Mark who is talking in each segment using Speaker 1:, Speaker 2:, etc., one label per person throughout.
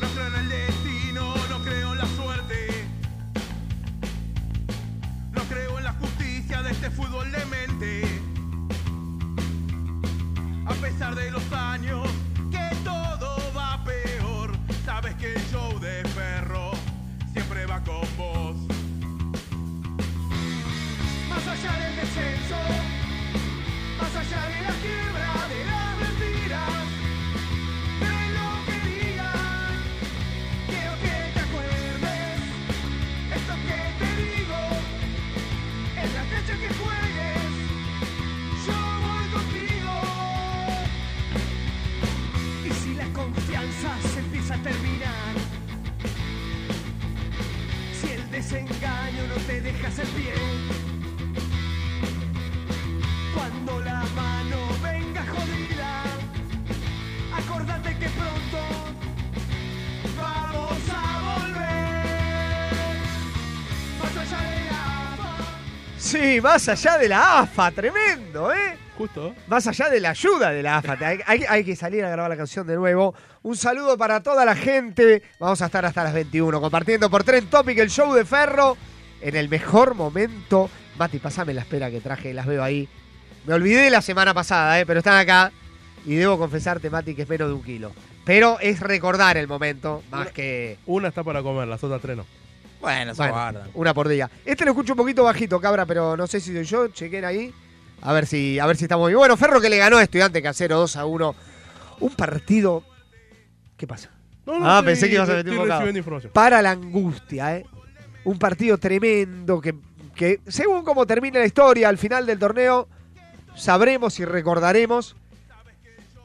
Speaker 1: No creo en el destino, no creo en la suerte. No creo en la justicia de este fútbol de mente. A pesar de los años, que todo va peor. Sabes que el show de perro siempre va con vos. Más allá del descenso, más allá de la quiebra, de las mentiras. De lo que digan, quiero que te acuerdes. Esto que te digo, en la fecha que juegues, yo voy contigo. Y si la confianza se empieza a terminar, si el desengaño no te deja ser bien. Cuando la mano venga jodida, acordate que pronto vamos a volver. Más allá de la fama.
Speaker 2: Sí, más allá de la AFA, tremendo, ¿eh?
Speaker 3: Justo.
Speaker 2: Más allá de la ayuda de la AFA, hay, hay- hay que salir a grabar la canción de nuevo. Un saludo para toda la gente. Vamos a estar hasta las 21 compartiendo por Tren Topic el show de Ferro en el mejor momento. Mati, pasame la espera que traje, las veo ahí. Me olvidé la semana pasada, ¿eh? pero están acá. Y debo confesarte, Mati, que es menos de un kilo. Pero es recordar el momento, más que.
Speaker 3: Una está para comer, las otras tres no.
Speaker 4: Bueno, se
Speaker 2: Bueno,
Speaker 4: guardan.
Speaker 2: una por día. Este lo escucho un poquito bajito, cabra, pero no sé si soy yo. Chequen ahí. A ver si, a ver si estamos bien. Bueno, Ferro que le ganó a Estudiante Casero 2 a 1. Un partido. ¿Qué pasa?
Speaker 3: No, no,
Speaker 2: Ah,
Speaker 3: estoy-
Speaker 2: pensé que ibas a meter un
Speaker 3: Estoy
Speaker 2: bocado.
Speaker 3: recibiendo información.
Speaker 2: Para la angustia, ¿eh? Un partido tremendo que, que, según cómo termine la historia, al final del torneo, sabremos y recordaremos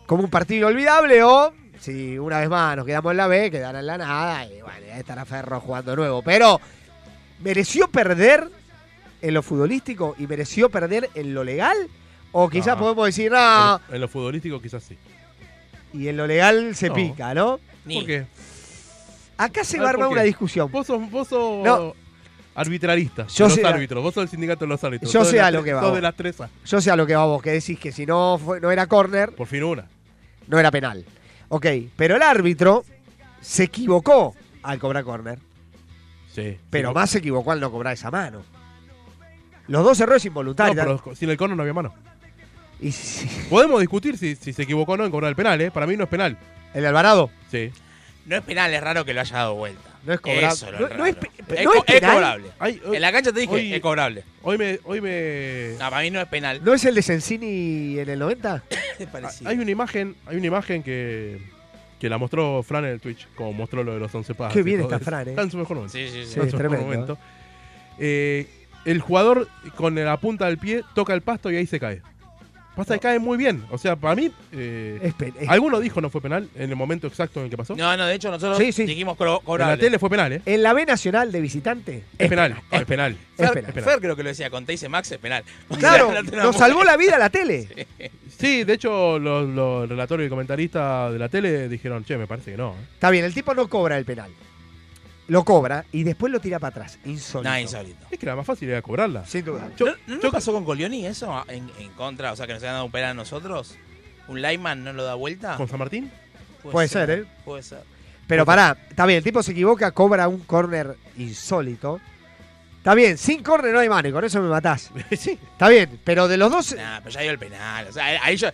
Speaker 2: como un partido olvidable o si una vez más nos quedamos en la B, quedará en la nada y bueno, ya estará Ferro jugando nuevo. Pero mereció perder en lo futbolístico y mereció perder en lo legal. O quizás
Speaker 3: No.
Speaker 2: podemos decir, no,
Speaker 3: En, en lo futbolístico quizás sí.
Speaker 2: y en lo legal se
Speaker 3: No.
Speaker 2: pica, ¿no?
Speaker 4: Ni.
Speaker 3: ¿Por qué?
Speaker 2: Acá se
Speaker 3: A
Speaker 2: va a
Speaker 3: ver,
Speaker 2: armar
Speaker 3: ¿por
Speaker 2: una
Speaker 3: qué?
Speaker 2: discusión.
Speaker 3: Vos sos, vos sos
Speaker 2: No.
Speaker 3: arbitrarista. de
Speaker 2: Yo
Speaker 3: los
Speaker 2: sé-
Speaker 3: árbitros. Vos sos el sindicato de los árbitros.
Speaker 2: Yo
Speaker 3: Sos de
Speaker 2: sé
Speaker 3: las
Speaker 2: a lo
Speaker 3: tres-
Speaker 2: que va.
Speaker 3: Sos de las tres A.
Speaker 2: Yo sé a lo que va vos, que decís que si no, fue- no era córner,
Speaker 3: Por fin una.
Speaker 2: no era penal. Ok, pero el árbitro se equivocó al cobrar córner,
Speaker 3: Sí.
Speaker 2: pero
Speaker 3: Sí,
Speaker 2: más se equivocó al no cobrar esa mano. Los dos errores
Speaker 3: No,
Speaker 2: involuntarios.
Speaker 3: pero sin el cono no había mano.
Speaker 2: Y sí, sí.
Speaker 3: Podemos discutir si, si se equivocó o no en cobrar el penal, ¿eh? Para mí no es penal.
Speaker 2: el de Alvarado
Speaker 3: Sí.
Speaker 4: No es penal, es raro que lo haya dado vuelta.
Speaker 2: no es cobrable.
Speaker 4: Eso, lo
Speaker 2: no, no es,
Speaker 4: raro.
Speaker 2: pe- no es
Speaker 4: co-
Speaker 2: penal,
Speaker 4: cobrable.
Speaker 3: Ay, hoy,
Speaker 4: En la cancha te dije,
Speaker 3: Hoy-
Speaker 4: es cobrable.
Speaker 3: hoy me. Hoy me
Speaker 4: No, para mí no es penal.
Speaker 2: ¿No es el de Sensini en el 90.
Speaker 4: Es parecido.
Speaker 3: hay una imagen, hay una imagen que, que la mostró Fran en el Twitch, como mostró lo de los 11 pasos.
Speaker 2: Qué bien está Fran, ¿eh?
Speaker 3: Está en su mejor momento.
Speaker 4: Sí, sí, sí.
Speaker 2: Sí.
Speaker 3: Está en su mejor
Speaker 2: tremendo,
Speaker 3: momento. Eh, el jugador con la punta del pie toca el pasto y ahí se cae. Pasa que cae muy bien. O sea, para mí. eh,
Speaker 2: Es pe- es-
Speaker 3: Alguno dijo no fue penal en el momento exacto en el que pasó.
Speaker 4: No, no, de hecho nosotros
Speaker 2: Sí, sí.
Speaker 4: dijimos cro-
Speaker 3: en la
Speaker 4: cobrable.
Speaker 3: tele fue penal, ¿eh?
Speaker 2: en la B Nacional de visitante.
Speaker 3: Es penal. no, Es penal.
Speaker 2: Es
Speaker 4: Fer,
Speaker 2: penal.
Speaker 4: Fer creo que lo decía, con Teise Max es penal.
Speaker 2: Claro,
Speaker 4: No te la
Speaker 2: nos salvó la vida la tele.
Speaker 3: Sí, de hecho, los, los relatores y comentaristas de la tele dijeron, che, me parece que no. ¿eh".
Speaker 2: Está bien, el tipo no cobra el penal. Lo cobra y después lo tira para atrás. Insólito.
Speaker 4: No, insólito.
Speaker 3: Es que la más fácil era cobrarla.
Speaker 2: Sin duda.
Speaker 3: Yo-
Speaker 4: ¿No, no
Speaker 3: yo-
Speaker 4: pasó con Colioni eso en, en contra? O sea, que nos hayan dado un penal a nosotros. ¿Un lineman no lo da vuelta?
Speaker 3: ¿Con San Martín?
Speaker 2: Puede ser, ¿eh?
Speaker 4: Puede ser.
Speaker 2: Pero pará, está bien, el tipo se equivoca, cobra un córner insólito. Está bien, sin córner no hay mane, con eso me matás.
Speaker 3: sí.
Speaker 2: Está bien, pero de los dos.
Speaker 4: Nah, pero ya dio el penal. O sea, ahí yo.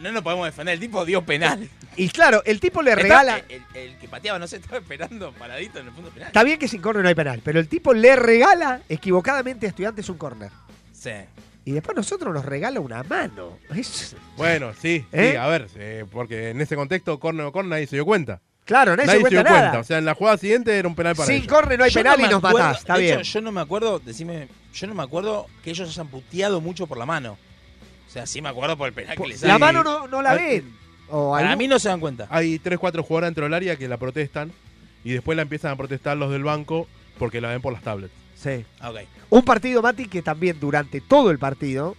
Speaker 4: No nos podemos defender. El tipo dio penal.
Speaker 2: Y claro, el tipo le
Speaker 4: Está-
Speaker 2: regala.
Speaker 4: El, el que pateaba, no se estaba esperando paradito en el punto penal.
Speaker 2: Está bien que sin córner no hay penal, pero el tipo le regala equivocadamente a estudiantes un córner.
Speaker 4: Sí.
Speaker 2: Y después nosotros nos regala una mano. Es-
Speaker 3: Bueno, sí, sí,
Speaker 2: ¿Eh?
Speaker 3: a ver, eh, porque en ese contexto, corner o corner, nadie se dio cuenta.
Speaker 2: claro, nadie, se cuenta
Speaker 3: dio
Speaker 2: nada.
Speaker 3: cuenta. O sea, en la jugada siguiente era un penal para
Speaker 2: sin
Speaker 3: ellos.
Speaker 2: córner no hay
Speaker 4: Yo
Speaker 2: penal
Speaker 4: no
Speaker 2: y
Speaker 4: me
Speaker 2: nos
Speaker 4: acuerdo-
Speaker 2: matás. Está
Speaker 4: de
Speaker 2: bien.
Speaker 4: Hecho, yo no me acuerdo, decime, yo no me acuerdo que ellos hayan puteado mucho por la mano. O sea, sí me acuerdo por el penal que les
Speaker 2: la
Speaker 4: dan.
Speaker 2: mano no, no la
Speaker 3: Al-
Speaker 4: eh,
Speaker 2: ven. O
Speaker 4: Para
Speaker 2: algún-
Speaker 4: mí no se dan cuenta.
Speaker 3: Hay 3, 4 jugadores dentro del área que la protestan y después la empiezan a protestar los del banco porque la ven por las tablets.
Speaker 2: Sí.
Speaker 4: Ah, Ok.
Speaker 2: Un partido, Mati, que también durante todo el partido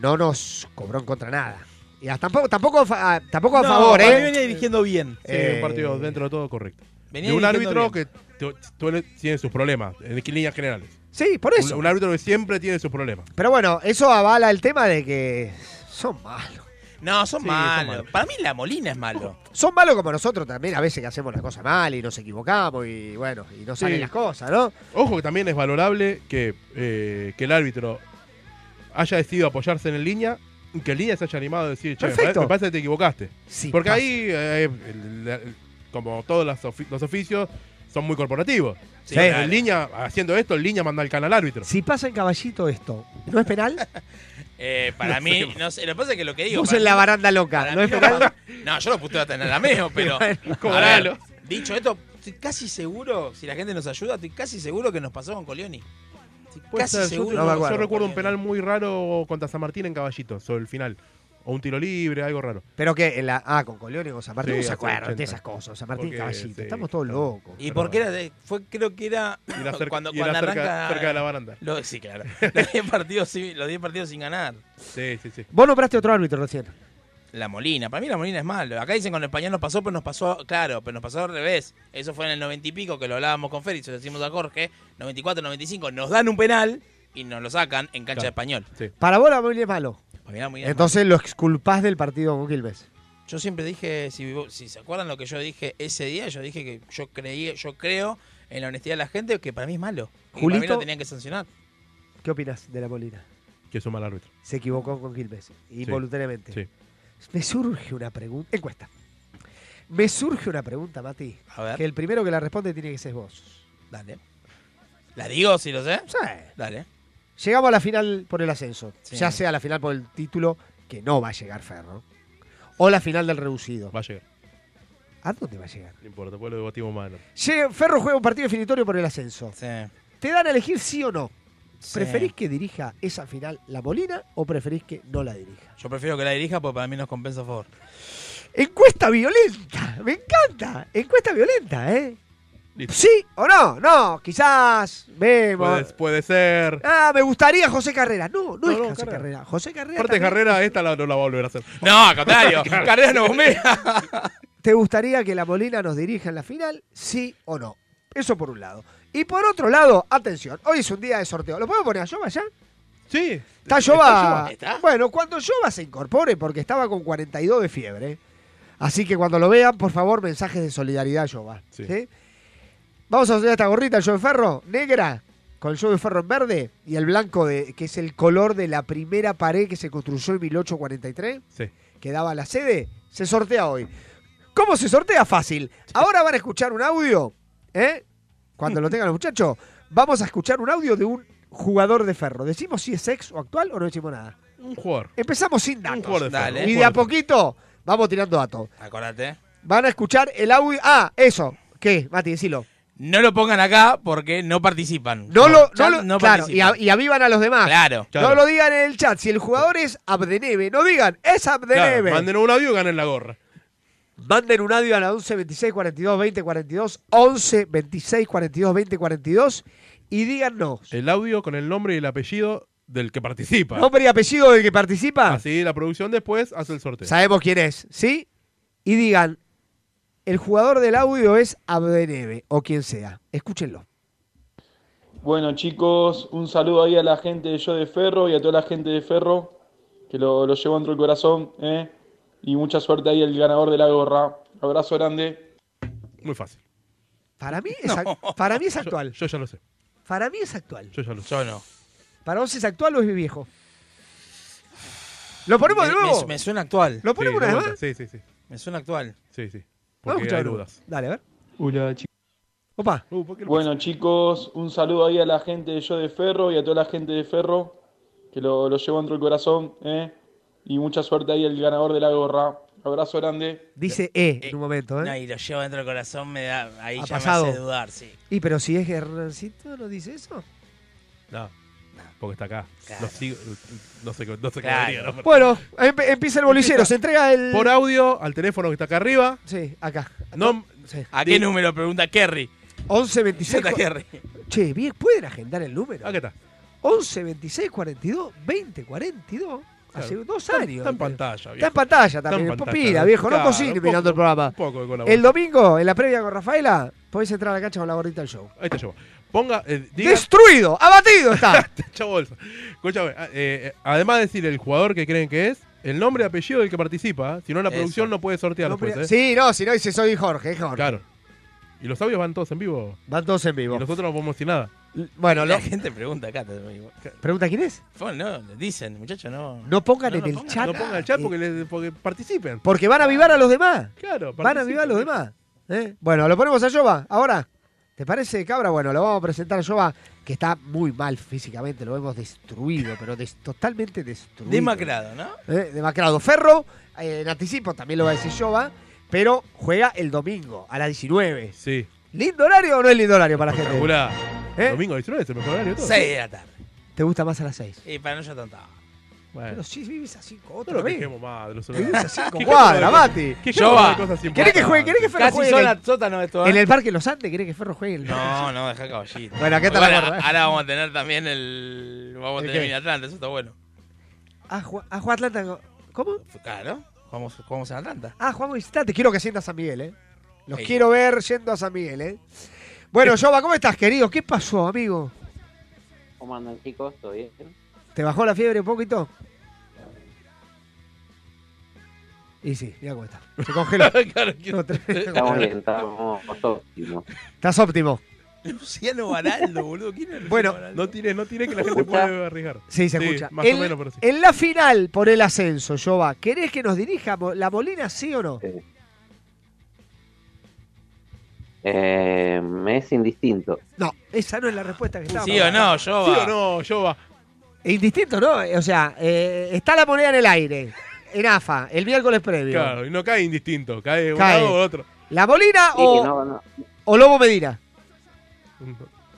Speaker 2: no nos cobró en contra nada. Y a- tampoco, tampoco, a fa- a- tampoco a
Speaker 4: No,
Speaker 2: favor,
Speaker 4: para mí
Speaker 2: ¿eh?
Speaker 4: venía dirigiendo bien.
Speaker 3: Sí,
Speaker 2: Eh,
Speaker 3: un partido dentro de todo correcto.
Speaker 4: Venía
Speaker 3: De un
Speaker 4: dirigiendo
Speaker 3: árbitro
Speaker 4: bien.
Speaker 3: que tu- tu- tiene sus problemas, en líneas generales.
Speaker 2: Sí, por
Speaker 3: Un,
Speaker 2: eso.
Speaker 3: un árbitro que siempre tiene sus problemas.
Speaker 2: Pero bueno, eso avala el tema de que son malos.
Speaker 4: No, son
Speaker 3: Sí, son
Speaker 4: malos.
Speaker 3: malos.
Speaker 4: Para mí la Molina es malo.
Speaker 2: Son malos como nosotros también, a veces que hacemos las cosas mal y nos equivocamos y bueno, y no salen
Speaker 3: Sí.
Speaker 2: las cosas, ¿no?
Speaker 3: Ojo que también es valorable que, eh, que el árbitro haya decidido apoyarse en el línea y que el línea se haya animado a decir, che, me
Speaker 2: Perfecto.
Speaker 3: pa- me parece que te equivocaste.
Speaker 2: Sí,
Speaker 3: Porque
Speaker 2: pasa.
Speaker 3: ahí, eh, el- el- como todos los, ofi- los oficios, son muy corporativos.
Speaker 4: Sí,
Speaker 3: En
Speaker 4: claro.
Speaker 3: línea, haciendo esto, el línea manda el canal al árbitro.
Speaker 2: Si pasa en caballito esto, ¿no es penal?
Speaker 4: Eh, para mí, no sé. Lo que pasa es que lo que digo.
Speaker 2: Puse en
Speaker 4: para-
Speaker 2: la baranda loca,
Speaker 4: para
Speaker 2: ¿no
Speaker 4: mí
Speaker 2: es penal?
Speaker 4: no- no, yo lo puse hasta en Alameo, pero.
Speaker 3: cobralo.
Speaker 4: a ver, Dicho esto, estoy casi seguro, si la gente nos ayuda, estoy casi seguro que nos pasó con Colioni. Estoy
Speaker 3: Puede
Speaker 4: casi
Speaker 3: ser, yo-
Speaker 4: seguro.
Speaker 3: yo,
Speaker 2: no me
Speaker 3: yo
Speaker 2: acuerdo.
Speaker 3: recuerdo un penal muy raro contra San Martín en Caballito, sobre el final. O un tiro libre, algo raro.
Speaker 2: Pero que en la. Ah, con Coleone y con San Martín.
Speaker 3: Sí,
Speaker 2: no se
Speaker 3: hace
Speaker 2: acuerdan
Speaker 3: 80.
Speaker 2: de esas cosas. San Martín y
Speaker 3: Porque,
Speaker 2: Caballito.
Speaker 3: sí,
Speaker 2: Estamos todos
Speaker 3: claro.
Speaker 2: locos.
Speaker 4: Y
Speaker 3: Pero
Speaker 4: porque
Speaker 3: bueno.
Speaker 4: era, de- fue, creo que era
Speaker 3: Y era cerca,
Speaker 4: cuando,
Speaker 3: y era
Speaker 4: cuando
Speaker 3: cerca-
Speaker 4: arranca.
Speaker 3: cerca de la baranda.
Speaker 4: Lo- sí, claro. Los 10 partidos, sin- los 10 partidos sin ganar.
Speaker 3: Sí, sí, sí.
Speaker 2: Vos nombraste otro árbitro recién.
Speaker 4: La Molina, para mí la Molina es malo. Acá dicen con el español nos pasó, pero nos pasó, claro, pero nos pasó al revés. Eso fue en el 90 y pico que lo hablábamos con Félix, se lo decimos a Jorge. 94, 95, nos dan un penal y nos lo sacan en cancha de español.
Speaker 3: Sí.
Speaker 2: Para vos la familia es malo.
Speaker 4: Para mí la Molina es
Speaker 2: Entonces lo exculpás del partido con Quilmes.
Speaker 4: malo. Yo siempre dije, si, vos- si se acuerdan lo que yo dije ese día, yo dije que yo creía, yo creo en la honestidad de la gente que para mí es malo. Y para mí
Speaker 2: Julito.
Speaker 4: lo tenían que sancionar.
Speaker 2: ¿Qué opinas de la Molina?
Speaker 3: Que es un mal árbitro.
Speaker 2: Se equivocó con Quilmes. Involuntariamente.
Speaker 3: Sí.
Speaker 2: Me surge una pregunta. Encuesta. Me surge una pregunta, Mati.
Speaker 4: A ver,
Speaker 2: Que el primero que la responde tiene que ser vos.
Speaker 4: dale. ¿La digo si lo sé?
Speaker 2: Sí.
Speaker 4: Dale.
Speaker 2: Llegamos a la final por el ascenso.
Speaker 4: Sí.
Speaker 2: Ya sea la final por el título, que no va a llegar Ferro. O la final del reducido.
Speaker 3: Va a llegar.
Speaker 2: ¿A dónde va a llegar?
Speaker 3: No importa, pues lo debatimos mano.
Speaker 2: Llega- Ferro juega un partido definitorio por el ascenso.
Speaker 4: Sí,
Speaker 2: Te dan a elegir sí o no.
Speaker 4: sí.
Speaker 2: ¿Preferís que dirija esa final la Molina o preferís que no la dirija?
Speaker 4: Yo prefiero que la dirija porque para mí nos compensa a favor.
Speaker 2: Encuesta violenta, me encanta. Encuesta violenta, ¿eh?
Speaker 3: Listo.
Speaker 2: Sí o no, no, quizás
Speaker 3: Puede,
Speaker 2: vemos.
Speaker 3: puede ser.
Speaker 2: Ah, me gustaría José Carrera. No, no,
Speaker 3: No,
Speaker 2: es
Speaker 3: no,
Speaker 2: José Carrera.
Speaker 3: Carrera.
Speaker 2: José Carrera.
Speaker 3: Aparte,
Speaker 2: también.
Speaker 3: Carrera, esta la- no la va a volver a hacer.
Speaker 4: No, al contrario. Carrera no bombea.
Speaker 2: ¿Te gustaría que la Molina nos dirija en la final? Sí o no. Eso por un lado. Y por otro lado, atención, hoy es un día de sorteo. ¿Lo puedo poner a Yoba ya?
Speaker 3: Sí.
Speaker 2: Está Yoba.
Speaker 4: ¿Está?
Speaker 2: Bueno, cuando Yoba se incorpore, porque estaba con 42 de fiebre. Así que cuando lo vean, por favor, mensajes de solidaridad a Yoba.
Speaker 3: Sí.
Speaker 2: ¿sí? Vamos a hacer esta gorrita, yo de ferro, negra, con el yo de ferro en verde y el blanco, de, que es el color de la primera pared que se construyó en 1843,
Speaker 3: Sí.
Speaker 2: que daba la sede. Se sortea hoy. ¿Cómo se sortea? Fácil. Ahora van a escuchar un audio, ¿eh? Cuando lo tengan los muchachos, vamos a escuchar un audio de un jugador de ferro. ¿Decimos si es ex o actual o no decimos nada?
Speaker 3: Un jugador.
Speaker 2: Empezamos sin
Speaker 3: Un
Speaker 2: datos.
Speaker 3: jugador de
Speaker 4: Dale.
Speaker 3: Ferro, un
Speaker 2: Y de a
Speaker 3: jugador
Speaker 2: poquito vamos tirando datos.
Speaker 4: Acordate.
Speaker 2: Van a escuchar el audio. Ah, eso. ¿Qué, Mati? Decilo.
Speaker 4: No lo pongan acá porque no participan.
Speaker 2: No lo. No
Speaker 4: Ya
Speaker 2: lo
Speaker 4: no
Speaker 2: claro, y,
Speaker 4: participan.
Speaker 2: a- y avivan a los demás.
Speaker 4: Claro.
Speaker 3: Claro.
Speaker 2: No lo digan en el chat. Si el jugador es Abdeneve, no digan, es
Speaker 3: Claro,
Speaker 2: Abdeneve.
Speaker 3: manden un audio y ganen la gorra.
Speaker 2: Manden un audio a la 11 26 42 20 42 11 26 42 20 42 y díganos
Speaker 3: El audio con el nombre y el apellido del que participa.
Speaker 2: nombre y apellido del que participa.
Speaker 3: Así la producción después hace el sorteo.
Speaker 2: Sabemos quién es, ¿sí? Y digan, el jugador del audio es Abdeneve o quien sea. Escúchenlo.
Speaker 5: Bueno chicos, un saludo ahí a la gente de Yo de Ferro y a toda la gente de Ferro, que lo, lo llevo dentro del corazón, ¿eh? Y mucha suerte ahí al ganador de la gorra. Abrazo grande.
Speaker 3: Muy fácil.
Speaker 2: Para mí es, ac- para mí es actual.
Speaker 3: Yo ya lo sé.
Speaker 2: Para mí es actual.
Speaker 3: Yo ya lo
Speaker 4: Yo no.
Speaker 2: ¿Para vos es actual o es viejo? ¿Lo ponemos
Speaker 4: Me-
Speaker 2: de nuevo?
Speaker 4: Me, me suena actual.
Speaker 2: ¿Lo
Speaker 3: Sí,
Speaker 2: ponemos una
Speaker 3: de
Speaker 2: vez
Speaker 3: vuelta.
Speaker 2: más?
Speaker 3: Sí, sí, sí.
Speaker 4: Me suena actual.
Speaker 3: Sí,
Speaker 2: Vamos
Speaker 3: sí.
Speaker 2: a
Speaker 3: Porque hay
Speaker 2: escuchar
Speaker 3: dudas.
Speaker 2: Dale, a ver.
Speaker 5: Hola, chicos.
Speaker 2: Opa.
Speaker 3: Uh, ¿por qué lo
Speaker 5: Bueno, chicos, un saludo ahí a la gente de Yo de Ferro y a toda la gente de Ferro, que lo, lo llevo dentro del corazón, ¿eh? Y mucha suerte ahí al ganador de la gorra. Abrazo grande.
Speaker 2: Dice E
Speaker 4: Eh,
Speaker 2: en un momento,
Speaker 4: No,
Speaker 2: ¿eh?
Speaker 4: y lo llevo dentro del corazón, me da, ahí
Speaker 2: Ha
Speaker 4: ya
Speaker 2: pasado.
Speaker 4: me hace dudar, sí.
Speaker 2: Y pero si es Hernancito, ¿no dice eso?
Speaker 3: No, porque está acá.
Speaker 4: Claro.
Speaker 3: Lo sigo- no sé, no sé qué
Speaker 4: Claro.
Speaker 3: debería, ¿no?
Speaker 2: Bueno, emp- empieza el bolillero. Se entrega el...
Speaker 3: Por audio, al teléfono que está acá arriba.
Speaker 2: Sí, acá.
Speaker 3: No,
Speaker 2: Sí.
Speaker 4: ¿A qué número pregunta Kerry?
Speaker 2: 11 26.
Speaker 4: Pregunta Kerry.
Speaker 2: Che, bien, ¿pueden agendar el número?
Speaker 3: acá está.
Speaker 2: 11 26 42 20 42. Hace
Speaker 3: Claro.
Speaker 2: dos
Speaker 3: Está,
Speaker 2: años.
Speaker 3: está en pantalla,
Speaker 2: Está
Speaker 3: viejo.
Speaker 2: en pantalla
Speaker 3: Está en
Speaker 2: también.
Speaker 3: pantalla.
Speaker 2: Pila, viejo, no
Speaker 3: Claro,
Speaker 2: cocine
Speaker 3: un poco-
Speaker 2: mirando el programa.
Speaker 3: Un poco de colaboración.
Speaker 2: El domingo, en la previa con Rafaela, podés entrar a la cancha con la gordita del show.
Speaker 3: Ahí está yo. Ponga, eh, diga,
Speaker 2: ¡Destruido! ¡Abatido está!
Speaker 3: Chao bolsa. Escúchame, ah, eh, eh, además de decir el jugador que creen que es, el nombre y apellido del que participa, ¿eh? si no la
Speaker 4: Eso.
Speaker 3: producción no puede sortear
Speaker 2: No,
Speaker 3: después,
Speaker 2: pero-
Speaker 3: ¿eh?
Speaker 2: Sí, no, si no dice soy Jorge, es Jorge.
Speaker 3: Claro. Y los audios van todos en vivo.
Speaker 2: Van todos en
Speaker 3: Y
Speaker 2: vivo.
Speaker 3: nosotros no podemos decir nada.
Speaker 2: Bueno, lo-
Speaker 4: La gente pregunta acá. te digo.
Speaker 2: pregunta quién es.
Speaker 4: Fue, No, le dicen, muchachos, no.
Speaker 2: No pongan
Speaker 4: No,
Speaker 2: en
Speaker 4: no
Speaker 2: el
Speaker 4: pongan,
Speaker 2: chat.
Speaker 3: No pongan el chat porque, les- porque participen.
Speaker 2: Porque van a avivar a los demás.
Speaker 3: Claro,
Speaker 2: Van a
Speaker 3: participen.
Speaker 2: avivar a los demás. ¿eh? Bueno, lo ponemos a Yoba ahora. ¿Te parece, cabra? Bueno, lo vamos a presentar a Yoba, que está muy mal físicamente, lo hemos destruido, pero des- totalmente destruido.
Speaker 4: Demacrado, ¿no?
Speaker 2: ¿eh? demacrado. Ferro, eh, en anticipo también lo va a decir Yoba, pero juega el domingo a las 19.
Speaker 3: Sí.
Speaker 2: ¿Lindo horario o no es lindo horario para la gente?
Speaker 3: Espectacular.
Speaker 2: ¿Eh?
Speaker 3: Domingo 19 es el mejor horario de todo.
Speaker 4: 6 de la tarde.
Speaker 2: ¿Te gusta más a las 6?
Speaker 4: Y para no yo tantaba.
Speaker 3: Bueno,
Speaker 2: Pero si vivís a 5
Speaker 3: no
Speaker 2: otra
Speaker 3: lo
Speaker 2: vez.
Speaker 3: quejemos más de los
Speaker 2: Vivís
Speaker 3: horarios.
Speaker 2: a 5
Speaker 3: ¿Qué
Speaker 2: cuadras,
Speaker 3: carajo?
Speaker 2: Mati.
Speaker 3: ¿Qué
Speaker 4: Yo va.
Speaker 2: ¿Querés que juegue? ¿Querés que Ferro
Speaker 4: Casi
Speaker 2: juegue?
Speaker 4: son
Speaker 2: en el-
Speaker 4: las sótanos esto. ¿eh?
Speaker 2: En el Parque Los Andes, ¿querés que Ferro juegue? en el-
Speaker 4: No, no, deja caballito.
Speaker 2: Bueno, acá está la
Speaker 4: Ahora,
Speaker 2: gorra.
Speaker 4: ahora vamos a tener también el. Vamos a
Speaker 2: ¿El
Speaker 4: tener
Speaker 2: qué?
Speaker 4: ¿eh? el Atlanta, eso está bueno.
Speaker 2: Ah, ju- ah, juega Atlanta. con- ¿Cómo?
Speaker 4: Claro, jugamos, jugamos en Atlanta.
Speaker 2: Ah, jugamos visitante. Quiero que sienta a San Miguel, ¿eh? Los
Speaker 4: Ey.
Speaker 2: quiero ver yendo a San Miguel, ¿eh? Bueno, Yoba, ¿cómo estás, querido? ¿Qué pasó, amigo?
Speaker 6: ¿Cómo andan chicos? ¿Todo bien?
Speaker 2: ¿Te bajó la fiebre un poquito? Y sí, mira cómo está. Se congeló.
Speaker 3: Claro,
Speaker 2: No, tremendo.
Speaker 6: Estamos bien, estamos óptimos.
Speaker 2: Estás óptimo.
Speaker 4: Luciano Baraldo, boludo. ¿Quién es Luciano
Speaker 2: Bueno,
Speaker 4: Baraldo?
Speaker 3: No tires, no tires que la gente
Speaker 6: ¿Escucha?
Speaker 3: puede arriesgar.
Speaker 2: Sí, se
Speaker 3: Sí,
Speaker 2: escucha.
Speaker 3: más o
Speaker 2: En-
Speaker 3: menos, pero sí.
Speaker 2: En la final por el ascenso, Yoba, ¿querés que nos dirija Mo- la Molina, sí o no?
Speaker 6: Sí. Eh, me es indistinto.
Speaker 2: No, esa no es la respuesta que estaba.
Speaker 4: Sí o no, yo
Speaker 3: ¿Sí o no, Yoba?
Speaker 2: Indistinto, ¿no? O sea, eh, está la moneda en el aire, en AFA, el miércoles previo.
Speaker 3: Claro, y no cae indistinto, cae, un
Speaker 2: Cae.
Speaker 3: lado o otro.
Speaker 2: ¿La Molina
Speaker 6: Y
Speaker 2: o,
Speaker 6: que no, no,
Speaker 2: o Lobo Medina?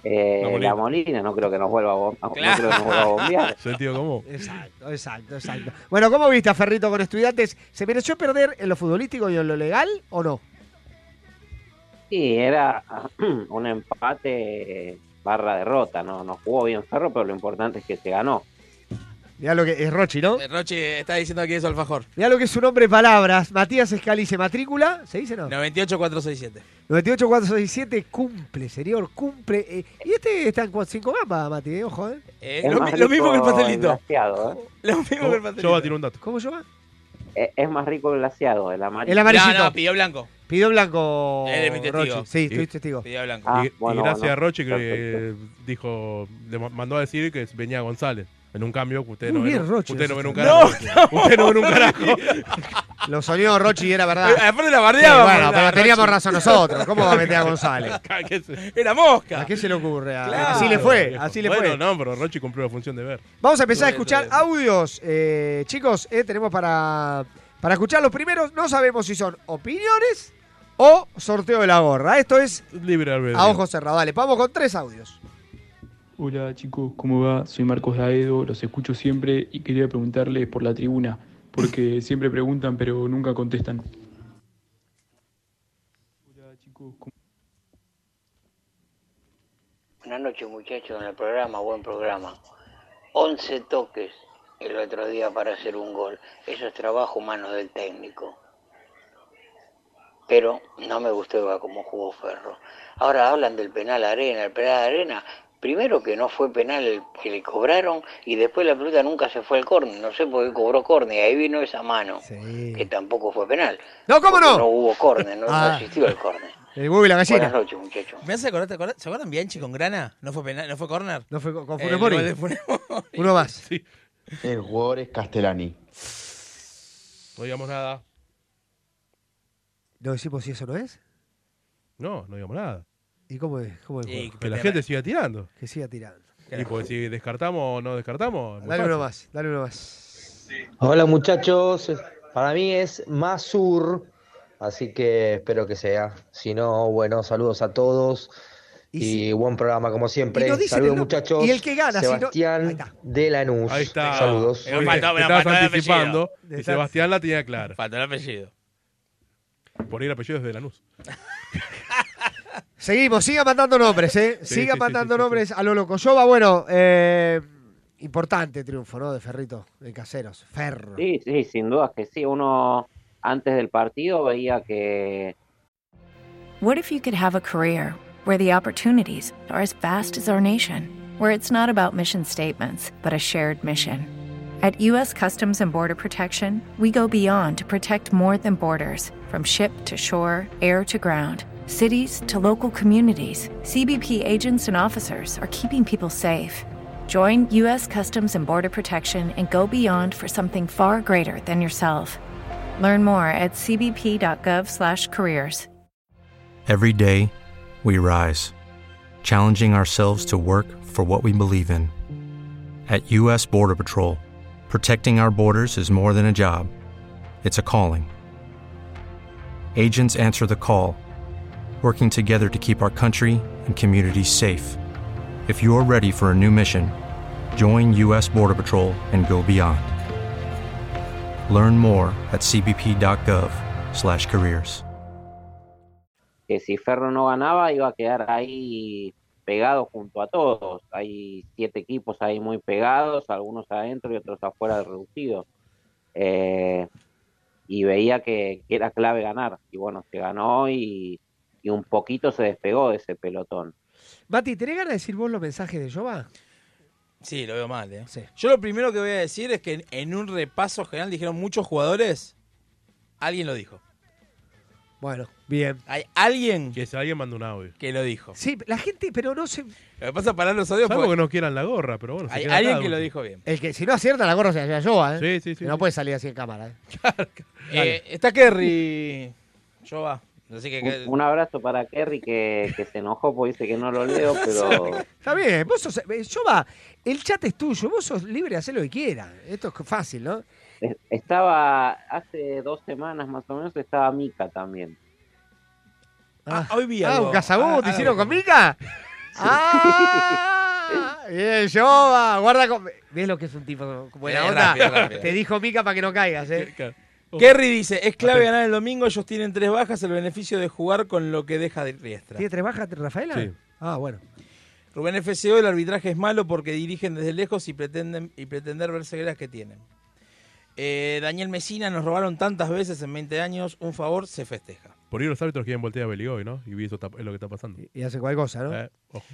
Speaker 6: eh,
Speaker 3: La Molina.
Speaker 6: la Molina no creo que nos vuelva a, bom- no
Speaker 4: Claro.
Speaker 6: creo que nos vuelva a bombear.
Speaker 3: Sentido común.
Speaker 2: Exacto, exacto, exacto. Bueno, ¿cómo viste a Ferrito con estudiantes? ¿Se mereció perder en lo futbolístico y en lo legal o no?
Speaker 6: Sí, era un empate barra derrota, ¿no? No jugó bien Ferro, pero lo importante es que se ganó.
Speaker 2: Mirá lo que es Rochi, ¿no?
Speaker 4: Eh, Roche está diciendo aquí eso alfajor.
Speaker 2: Mirá lo que es su nombre de palabras. Matías Escali se matrícula, ¿se dice no?
Speaker 4: 98467.
Speaker 2: 98467 cumple, señor, cumple. eh. y este está en 5 gambas, Mati, eh, ojo, ¿eh?
Speaker 4: Eh,
Speaker 6: Es
Speaker 4: lo,
Speaker 6: más
Speaker 4: mi- lo mismo que el
Speaker 6: rico
Speaker 4: pastelito.
Speaker 6: glaseado, ¿eh?
Speaker 4: Lo mismo que el pastelito.
Speaker 3: Yoba tiene un dato.
Speaker 2: ¿Cómo llama?
Speaker 6: Eh, Es más rico el glaseado, el amarillo.
Speaker 2: El amarillito.
Speaker 4: No, no, pidió blanco.
Speaker 2: Pidió blanco.
Speaker 4: Eres mi testigo.
Speaker 2: Rochi. Sí, estoy
Speaker 3: Sí.
Speaker 2: testigo.
Speaker 4: Pidió blanco.
Speaker 6: Ah,
Speaker 3: y, y
Speaker 6: bueno,
Speaker 3: gracias
Speaker 6: bueno.
Speaker 3: a Roche que eh,
Speaker 6: Perfecto.
Speaker 3: dijo, le ma- mandó a decir que venía González. En un cambio que ustedes
Speaker 2: Muy
Speaker 3: no ven.
Speaker 2: bien, Roche,
Speaker 3: Ustedes no ven un
Speaker 4: nosotros.
Speaker 3: carajo. Ustedes no ven un carajo.
Speaker 2: Lo soñó Rochi, era verdad.
Speaker 4: Eh, Aparte la
Speaker 2: Sí,
Speaker 4: bardeaba.
Speaker 2: bueno,
Speaker 4: por la-
Speaker 2: pero teníamos
Speaker 4: Roche.
Speaker 2: razón nosotros. ¿Cómo va a meter a González?
Speaker 3: Cállese.
Speaker 4: Era mosca.
Speaker 2: ¿A qué se le ocurre? A-
Speaker 4: Claro.
Speaker 2: Así le fue, así le
Speaker 3: bueno,
Speaker 2: fue.
Speaker 3: no, pero Roche cumplió la función de ver.
Speaker 2: Vamos a empezar a escuchar
Speaker 4: Bueno,
Speaker 2: audios. Eh, chicos, eh, tenemos para, para escuchar los primeros. No sabemos si son opiniones o sorteo de la gorra. Esto es
Speaker 3: Libre albedrío.
Speaker 2: a ojo cerrado. Dale, vamos con tres audios.
Speaker 7: Hola chicos, ¿cómo va? Soy Marcos Daedo, los escucho siempre y quería preguntarles por la tribuna, porque siempre preguntan pero nunca contestan. Hola chicos, ¿cómo-
Speaker 8: Buenas noches muchachos en el programa, buen programa. 11 toques el otro día para hacer un gol. Eso es trabajo humano del técnico. Pero no me gustó Eva como jugó Ferro. Ahora hablan del penal arena. El penal arena, primero que no fue penal el que le cobraron y después la pelota nunca se fue al córner. No sé por qué cobró córner. Ahí vino esa mano,
Speaker 2: Sí.
Speaker 8: que tampoco fue penal.
Speaker 2: No, ¿cómo
Speaker 8: Porque
Speaker 2: no?
Speaker 8: No hubo córner, no, no
Speaker 2: Ah.
Speaker 8: existió el córner.
Speaker 2: El huevo y Eh, la
Speaker 8: Buenas
Speaker 2: gallina.
Speaker 8: noches, muchachos.
Speaker 4: Me hace acordar, ¿te acordás? ¿Se acuerdan Bianchi con Grana? ¿No fue penal, no fue corner?
Speaker 2: No fue con, con
Speaker 4: El
Speaker 2: Funemori.
Speaker 4: gol de Funemori.
Speaker 2: Uno más.
Speaker 9: El jugador es Castellani.
Speaker 3: No digamos nada.
Speaker 2: No decimos si eso no es.
Speaker 3: No, no digamos nada.
Speaker 2: ¿Y cómo es? ¿Cómo es el
Speaker 4: Y-
Speaker 2: juego?
Speaker 3: Que la gente siga tirando.
Speaker 2: Que siga tirando.
Speaker 3: Y pues si descartamos o no descartamos. muy
Speaker 2: Dale uno
Speaker 3: fácil.
Speaker 2: más, dale uno más.
Speaker 9: Hola muchachos, para mí es Masur, así que espero que sea. Si no, bueno, saludos a todos
Speaker 2: Y
Speaker 9: y,
Speaker 2: si-
Speaker 9: buen programa como
Speaker 2: y
Speaker 9: siempre.
Speaker 2: no dicen el
Speaker 9: saludos
Speaker 2: nombre.
Speaker 9: muchachos.
Speaker 2: Y el que gana, si no- Ahí
Speaker 9: Sebastián
Speaker 2: está.
Speaker 9: de Lanús.
Speaker 3: Ahí está.
Speaker 9: Saludos.
Speaker 4: Eh,
Speaker 3: Viste,
Speaker 4: faltó-
Speaker 3: te
Speaker 4: me
Speaker 3: estabas
Speaker 4: faltó el apellido.
Speaker 3: anticipando y
Speaker 2: Exacto.
Speaker 3: Sebastián la tenía clara.
Speaker 4: Faltó el apellido.
Speaker 3: Por ir apellidos de Lanús.
Speaker 2: Seguimos, siga mandando nombres, ¿eh?
Speaker 3: Sí,
Speaker 2: siga
Speaker 3: sí,
Speaker 2: mandando
Speaker 3: sí, sí, sí.
Speaker 2: nombres a lo loco. Yoba, bueno, eh, importante triunfo, ¿no? De Ferrito, de Caseros. Ferro.
Speaker 6: Sí, sí, sin duda que sí. Uno antes del partido veía que
Speaker 10: What if you could have a career where the opportunities are as vast as our nation, where it's not about mission statements, but a shared mission? At U.S. Customs and Border Protection, we go beyond to protect more than borders from ship to shore, air to ground. Cities to local communities, CBP agents and officers are keeping people safe. Join U.S. Customs and Border Protection and go beyond for something far greater than yourself. Learn more at cbp.gov/careers.
Speaker 11: Every day, we rise, challenging ourselves to work for what we believe in. At U.S. Border Patrol, protecting our borders is more than a job, it's a calling. Agents answer the call, working together to keep our country and communities safe. If you're ready for a new mission, join U.S. Border Patrol and go beyond. Learn more at cbp.gov/careers.
Speaker 6: que si Ferro no ganaba iba a quedar ahí pegado junto a todos. Hay siete equipos ahí muy pegados, algunos adentro y otros afuera del reducido. Eh, y veía que, que era clave ganar. Y bueno, se ganó y, y un poquito se despegó de ese pelotón.
Speaker 2: Mati, ¿tenés ganas de decir vos los mensajes de Yoba?
Speaker 4: Sí, lo veo mal, ¿eh?
Speaker 2: Sí.
Speaker 4: Yo lo primero que voy a decir es que en, en un repaso general dijeron muchos jugadores. Alguien lo dijo.
Speaker 2: Bueno, bien.
Speaker 4: Hay alguien
Speaker 3: Que si alguien manda un audio.
Speaker 4: que lo dijo.
Speaker 2: Sí, la gente, pero no se.
Speaker 4: Lo que pasa para los audios
Speaker 3: Salvo
Speaker 4: fue-
Speaker 3: que no quieran la gorra, pero bueno. se
Speaker 4: Hay
Speaker 3: queda
Speaker 4: alguien
Speaker 3: acá,
Speaker 4: que lo
Speaker 3: bueno.
Speaker 4: dijo bien.
Speaker 2: El que si no acierta la gorra se la lleva Yoba, ¿eh?
Speaker 3: Sí, sí, sí.
Speaker 2: Que no
Speaker 3: sí.
Speaker 2: puede salir así en cámara, ¿eh?
Speaker 4: Eh, está Kerry. Yo va. Así que. que-
Speaker 6: Un, un abrazo para Kerry que, que se enojó porque dice que no lo leo, pero
Speaker 2: Está bien, vos sos. eh, Yoba, el chat es tuyo, vos sos libre de hacer lo que quieras. Esto es fácil, ¿no?
Speaker 6: es- estaba hace dos semanas más o menos, estaba Mica también.
Speaker 4: Ah, hoy vi
Speaker 2: Ah,
Speaker 4: algo.
Speaker 2: un cazabú,
Speaker 4: Ah,
Speaker 2: ¿te
Speaker 4: ah,
Speaker 2: hicieron
Speaker 4: algo.
Speaker 2: con mica? Ah, bien, Yoba, guarda con. ¿Ves lo que es un tipo como
Speaker 4: Eh,
Speaker 2: la onda?
Speaker 4: rápido, rápido.
Speaker 2: Te dijo mica para que no caigas, ¿eh?
Speaker 3: Claro.
Speaker 4: Kerry dice: Es clave ganar el domingo. Ellos tienen tres bajas. El beneficio de jugar con lo que deja de riestra.
Speaker 2: ¿Tiene tres bajas, Rafaela?
Speaker 3: Sí.
Speaker 2: Ah, bueno.
Speaker 4: Rubén FCO, el arbitraje es malo porque dirigen desde lejos y pretenden y pretender ver cegueras que tienen. Eh, Daniel Mesina, nos robaron tantas veces en 20 años, un favor se festeja.
Speaker 3: Por ahí los árbitros quieren voltear a Beligoy, ¿no? Y eso está- es lo que está pasando.
Speaker 2: Y- Y hace cualquier cosa, ¿no?
Speaker 3: Eh, ojo.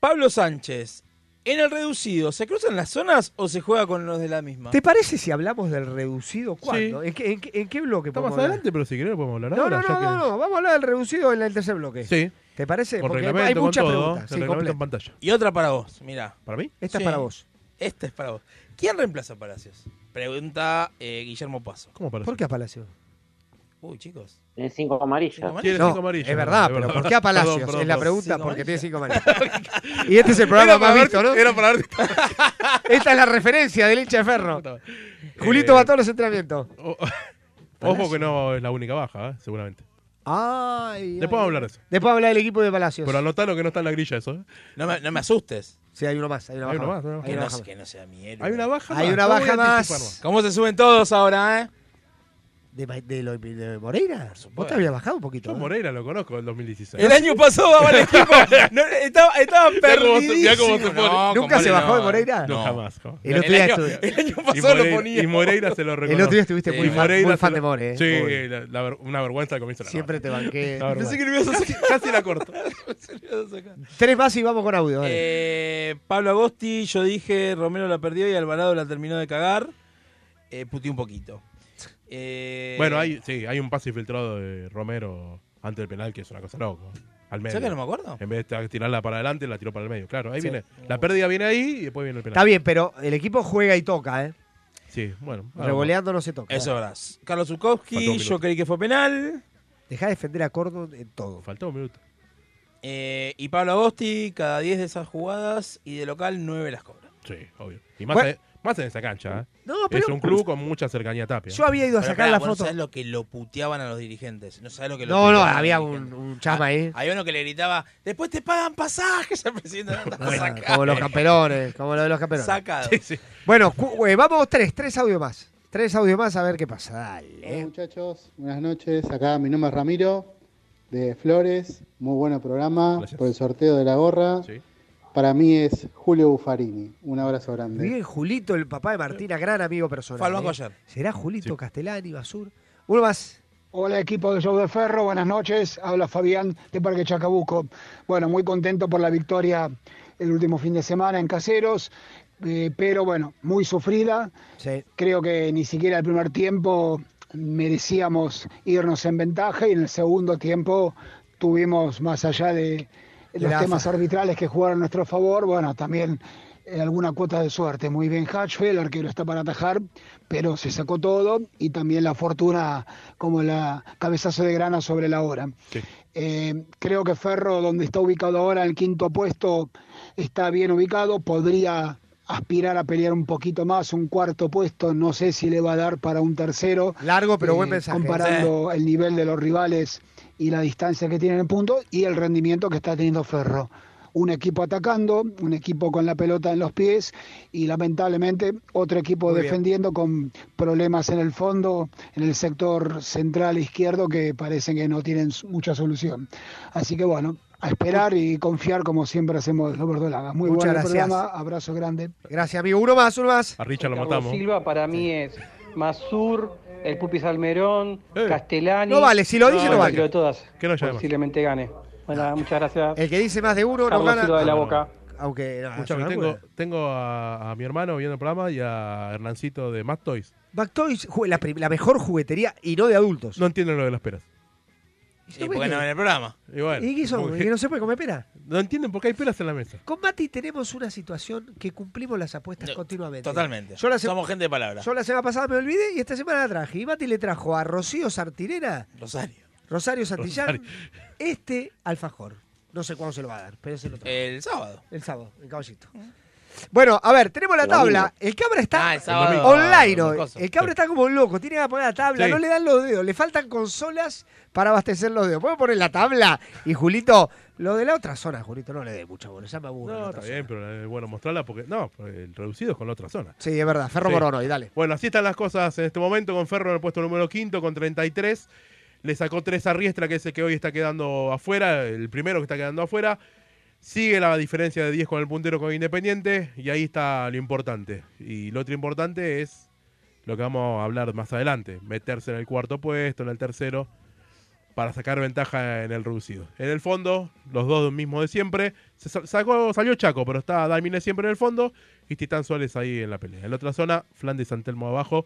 Speaker 4: Pablo Sánchez, en el reducido, ¿se cruzan las zonas o se juega con los de la misma?
Speaker 2: ¿Te parece si hablamos del reducido cuándo? ¿En, qué, en qué- en qué bloque
Speaker 3: Está
Speaker 2: podemos
Speaker 3: más
Speaker 2: hablar?
Speaker 3: adelante, pero si querés lo podemos hablar
Speaker 2: No,
Speaker 3: ahora.
Speaker 2: no,
Speaker 3: ya
Speaker 2: no,
Speaker 3: que-
Speaker 2: no, no, vamos a hablar del reducido en el tercer bloque.
Speaker 3: Sí,
Speaker 2: ¿Te parece?
Speaker 3: con
Speaker 2: Porque hay-
Speaker 3: reglamento,
Speaker 2: hay muchas
Speaker 3: con todo.
Speaker 2: preguntas.
Speaker 3: el
Speaker 2: Sí,
Speaker 3: reglamento
Speaker 2: completo.
Speaker 3: en pantalla.
Speaker 4: Y otra para vos, mirá.
Speaker 3: ¿Para mí?
Speaker 2: Esta
Speaker 4: Sí.
Speaker 2: es para vos.
Speaker 4: Esta es para vos. ¿Quién reemplaza a Palacios? Pregunta eh, Guillermo Paso.
Speaker 3: ¿Cómo para
Speaker 2: ¿Por qué a Palacio?
Speaker 4: Uy, chicos.
Speaker 6: Tiene cinco amarillas.
Speaker 4: ¿Cinco más?
Speaker 3: Ah, Tiene
Speaker 2: No,
Speaker 3: cinco amarillas.
Speaker 2: es verdad,
Speaker 3: es
Speaker 2: pero ¿por qué a Palacios?
Speaker 3: Perdón, perdón,
Speaker 2: es la
Speaker 3: perdón.
Speaker 2: pregunta,
Speaker 4: Cinco
Speaker 2: porque tiene
Speaker 4: amarillas.
Speaker 2: cinco amarillas. y este es el programa más visto, ¿no?
Speaker 3: Era para ver.
Speaker 2: Esta es la referencia del hincha de ferro. Julito va a todos los entrenamientos.
Speaker 3: Eh, O- Ojo que no es la única baja, ¿eh? seguramente.
Speaker 2: Ay,
Speaker 3: Después vamos a hablar de eso.
Speaker 2: Después vamos a hablar del equipo de Palacios.
Speaker 3: Pero anotalo que no está en la grilla eso. ¿eh?
Speaker 4: No me, no me asustes.
Speaker 2: Sí, hay uno más. Hay una
Speaker 3: Hay
Speaker 2: baja
Speaker 3: uno
Speaker 2: más.
Speaker 3: más, ¿no?
Speaker 2: Hay
Speaker 4: Que
Speaker 2: una
Speaker 4: no,
Speaker 2: baja más.
Speaker 4: que no sea mi héroe.
Speaker 3: Hay una baja
Speaker 2: Hay
Speaker 3: más.
Speaker 2: una
Speaker 3: no voy a
Speaker 2: baja más.
Speaker 3: anticipar más.
Speaker 4: ¿Cómo se suben todos ahora, eh?
Speaker 2: ¿De, Ma- de, lo- de Moreira? ¿Vos te
Speaker 4: supuesto.
Speaker 2: habías bajado un poquito?
Speaker 3: Yo
Speaker 2: ¿eh?
Speaker 3: Moreira lo conozco del 2016.
Speaker 4: El año pasado daba el equipo. No, estaba, estaba
Speaker 3: Mirá cómo se-
Speaker 4: perdidísimo.
Speaker 3: mirá cómo se pone.
Speaker 4: No,
Speaker 2: ¿Nunca se
Speaker 4: compadre,
Speaker 2: bajó
Speaker 4: no.
Speaker 2: de Moreira?
Speaker 3: No,
Speaker 4: No.
Speaker 3: jamás. jamás.
Speaker 2: El otro día
Speaker 4: año,
Speaker 2: estuve-
Speaker 4: el año
Speaker 3: Y
Speaker 4: pasado lo
Speaker 3: Moreira,
Speaker 4: ponía.
Speaker 3: y Moreira se lo reconoce.
Speaker 2: El otro día estuviste
Speaker 4: Sí,
Speaker 2: muy,
Speaker 4: y
Speaker 2: fan, muy fan de More,
Speaker 3: Moreira.
Speaker 2: ¿eh?
Speaker 3: se lo-
Speaker 2: Muy.
Speaker 3: Sí, la- la ver- una vergüenza al comienzo. de la
Speaker 2: Siempre te banqué.
Speaker 3: La verdad.
Speaker 4: Pensé que lo ibas a sacar.
Speaker 3: Casi la corto.
Speaker 4: Pensé que lo ibas a sacar.
Speaker 2: Tres más y vamos con audio. dale.
Speaker 4: Eh, Pablo Agosti, yo dije Romero la perdió y Alvarado la terminó de cagar. Eh, puteé un poquito. Eh,
Speaker 3: Bueno, hay, sí, hay un pase filtrado de Romero antes del penal, que es una cosa loca. Al medio.
Speaker 4: ¿Sabes que no me acuerdo?
Speaker 3: En vez de tirarla para adelante, la tiró para el medio. Claro, ahí
Speaker 4: Sí.
Speaker 3: viene. La pérdida viene ahí y después viene el penal.
Speaker 2: Está bien, pero el equipo juega y toca, ¿eh?
Speaker 3: Sí, bueno.
Speaker 2: Revoleando no se toca.
Speaker 4: Eso es verdad. Carlos
Speaker 3: Faltó un
Speaker 4: Zukowski,
Speaker 3: minuto.
Speaker 4: yo creí que fue penal.
Speaker 2: Deja de defender a Cordon en todo.
Speaker 3: Faltó un minuto.
Speaker 4: Eh, y Pablo Agosti, cada 10 de esas jugadas y de local, 9 las cobra.
Speaker 3: Sí, obvio. Y más,
Speaker 4: Bueno.
Speaker 3: en- más en esa cancha. ¿eh?
Speaker 2: No, pero-
Speaker 3: es un club con mucha cercanía a Tapia.
Speaker 2: Yo había ido a
Speaker 4: Pero
Speaker 2: sacar
Speaker 4: pará,
Speaker 2: la
Speaker 4: vos no
Speaker 2: foto.
Speaker 4: sabés lo que lo puteaban a los dirigentes. No sabés lo que lo
Speaker 2: No, no,
Speaker 4: puteaban a los
Speaker 2: Ah, había
Speaker 4: dirigentes.
Speaker 2: un, un chama ahí.
Speaker 4: Había uno que le gritaba, después te pagan pasajes al presidente. No, no,
Speaker 2: Bueno,
Speaker 4: saca.
Speaker 2: como los camperones, como lo de los camperones.
Speaker 4: Sacado.
Speaker 2: Bueno, cu- eh, vamos tres, tres audios más. Tres audios más a ver qué pasa. Dale.
Speaker 12: Hola, muchachos, buenas noches. Acá mi nombre es Ramiro de Flores. Muy bueno programa por el sorteo de la gorra. Para mí es Julio Buffarini. Un abrazo grande.
Speaker 2: Bien, Julito, el papá de Martina, gran amigo personal.
Speaker 12: Fue al banco
Speaker 2: ¿eh?
Speaker 12: ayer.
Speaker 2: ¿Será Julito Castellani, Basur? Uno más.
Speaker 13: Hola equipo de Show de Ferro, buenas noches. Habla Fabián de Parque Chacabuco. Bueno, muy contento por la victoria el último fin de semana en Caseros, eh, pero bueno, muy sufrida. Creo que ni siquiera el primer tiempo merecíamos irnos en ventaja y en el segundo tiempo tuvimos más allá de los
Speaker 12: la AFA.
Speaker 13: temas arbitrales que jugaron a nuestro favor, bueno, también eh, alguna cuota de suerte. Muy bien Hatchfield, el arquero está para atajar, pero se sacó todo y también la fortuna como la cabezazo de grana sobre la hora. Eh, creo que Ferro, donde está ubicado ahora, el quinto puesto, está bien ubicado, podría aspirar a pelear un poquito más, un cuarto puesto, no sé si le va a dar para un tercero. eh,
Speaker 2: Largo, pero buen mensaje.
Speaker 13: Comparando el nivel de los rivales y la distancia que tienen en punto y el rendimiento que está teniendo Ferro. Un equipo atacando, un equipo con la pelota en los pies y lamentablemente otro equipo
Speaker 2: Muy bien.
Speaker 13: defendiendo con problemas en el fondo, en el sector central izquierdo que parece que no tienen s- mucha solución. Así que bueno, a esperar y confiar como siempre hacemos los verdolagas. Muy
Speaker 2: Muchas
Speaker 13: bueno el
Speaker 2: gracias.
Speaker 13: programa, abrazo grande.
Speaker 2: Gracias, amigo. Uno más, uno más.
Speaker 3: A Richard
Speaker 14: Carlos Silva para mí es Mazur, el Pupi Salmerón,
Speaker 2: Eh,
Speaker 14: Castellani.
Speaker 2: No vale, si lo dice, no vale. Ah.
Speaker 14: Lo de todas.
Speaker 3: Que no llame más.
Speaker 14: Posiblemente gane. Bueno, muchas gracias.
Speaker 2: El que dice más de uno
Speaker 14: Carlos
Speaker 2: no gana.
Speaker 14: Silva de la
Speaker 2: Ah, no,
Speaker 14: Boca.
Speaker 2: no. Aunque. no,
Speaker 3: Escuchame,
Speaker 2: es una
Speaker 3: tengo,
Speaker 2: locura.
Speaker 3: tengo a, a mi hermano viendo el programa y a Hernancito de Matt Toys.
Speaker 2: Backtoys, ju- la, prim- la mejor juguetería y no de adultos.
Speaker 3: No entienden lo de las peras.
Speaker 4: ¿Y por qué no ven el programa?
Speaker 3: Y bueno,
Speaker 2: ¿Y qué son?
Speaker 3: como
Speaker 2: ¿Y
Speaker 3: que-
Speaker 2: que no se puede comer pera?
Speaker 3: No entienden por qué hay peras en la mesa.
Speaker 2: Con Mati tenemos una situación que cumplimos las apuestas continuamente.
Speaker 4: Totalmente.
Speaker 2: Yo la, se-
Speaker 4: Somos gente de palabra.
Speaker 2: yo la semana pasada me olvidé y esta semana la traje. Y Mati le trajo a Rocío Sartirena,
Speaker 4: Rosario.
Speaker 2: Rosario Santillán,
Speaker 4: Rosario.
Speaker 2: este alfajor. No sé cuándo se lo va a dar, pero se lo trajo.
Speaker 4: El sábado.
Speaker 2: El sábado, el caballito. Bueno, a ver, tenemos la
Speaker 4: Domingo.
Speaker 2: tabla. El cabra está
Speaker 4: Ah, el sábado,
Speaker 2: online
Speaker 4: el
Speaker 2: hoy. Eh.
Speaker 4: coso.
Speaker 2: El cabra está como un loco. Tiene que poner la tabla.
Speaker 4: Sí.
Speaker 2: No le dan los dedos. Le faltan consolas para abastecer los dedos. Podemos poner la tabla. Y Julito, lo de la otra zona, Julito, no le dé mucha bola. Ya me aburre. la
Speaker 3: No,
Speaker 2: otra
Speaker 3: está bien, pero eh, bueno, mostrarla porque. No, pues, el reducido es con la otra zona.
Speaker 2: Sí, es verdad. Ferro
Speaker 3: Sí.
Speaker 2: Morón hoy, dale.
Speaker 3: Bueno, así están las cosas en este momento con Ferro en el puesto número quinto con 33. Le sacó tres a Riestra, que es el que hoy está quedando afuera, el primero que está quedando afuera. Sigue la diferencia de 10 con el puntero con Independiente y ahí está lo importante. Y lo otro importante es lo que vamos a hablar más adelante, meterse en el cuarto puesto, en el tercero, para sacar ventaja en el reducido. En el fondo, los dos mismos de siempre. Se sa- sacó, salió Chaco, pero está Daimine siempre en el fondo y Titán Suárez ahí en la pelea. En la otra zona, Flandes y San Telmo abajo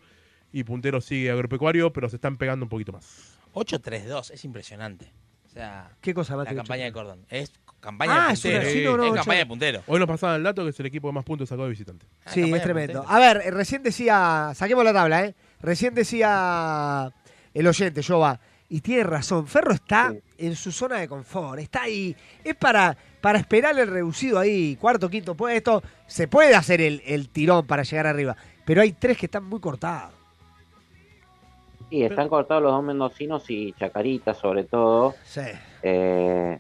Speaker 3: y puntero sigue agropecuario, pero se están pegando un poquito más.
Speaker 4: 8-3-2, es impresionante. O sea,
Speaker 2: ¿Qué cosa, Mati,
Speaker 4: La
Speaker 2: ocho,
Speaker 4: campaña de Cordón. Es
Speaker 2: Ah,
Speaker 4: campaña de
Speaker 2: es una-
Speaker 4: puntero.
Speaker 2: sí, no, no,
Speaker 4: es
Speaker 2: ocho-
Speaker 4: campaña de puntero.
Speaker 3: Hoy nos pasaban el dato que es el equipo que más puntos sacó de visitante.
Speaker 2: Sí,
Speaker 4: campaña
Speaker 2: es tremendo.
Speaker 4: puntero.
Speaker 2: A ver, eh, recién decía, saquemos la tabla, ¿eh? Recién decía el oyente, Jova, y tiene razón, Ferro está en su zona de confort, está ahí, es para, para esperar el reducido ahí, cuarto, quinto puesto, se puede hacer el, el tirón para llegar arriba, pero hay tres que están muy cortados.
Speaker 6: Sí, están cortados los dos mendocinos y Chacarita sobre todo.
Speaker 2: Sí.
Speaker 6: Eh,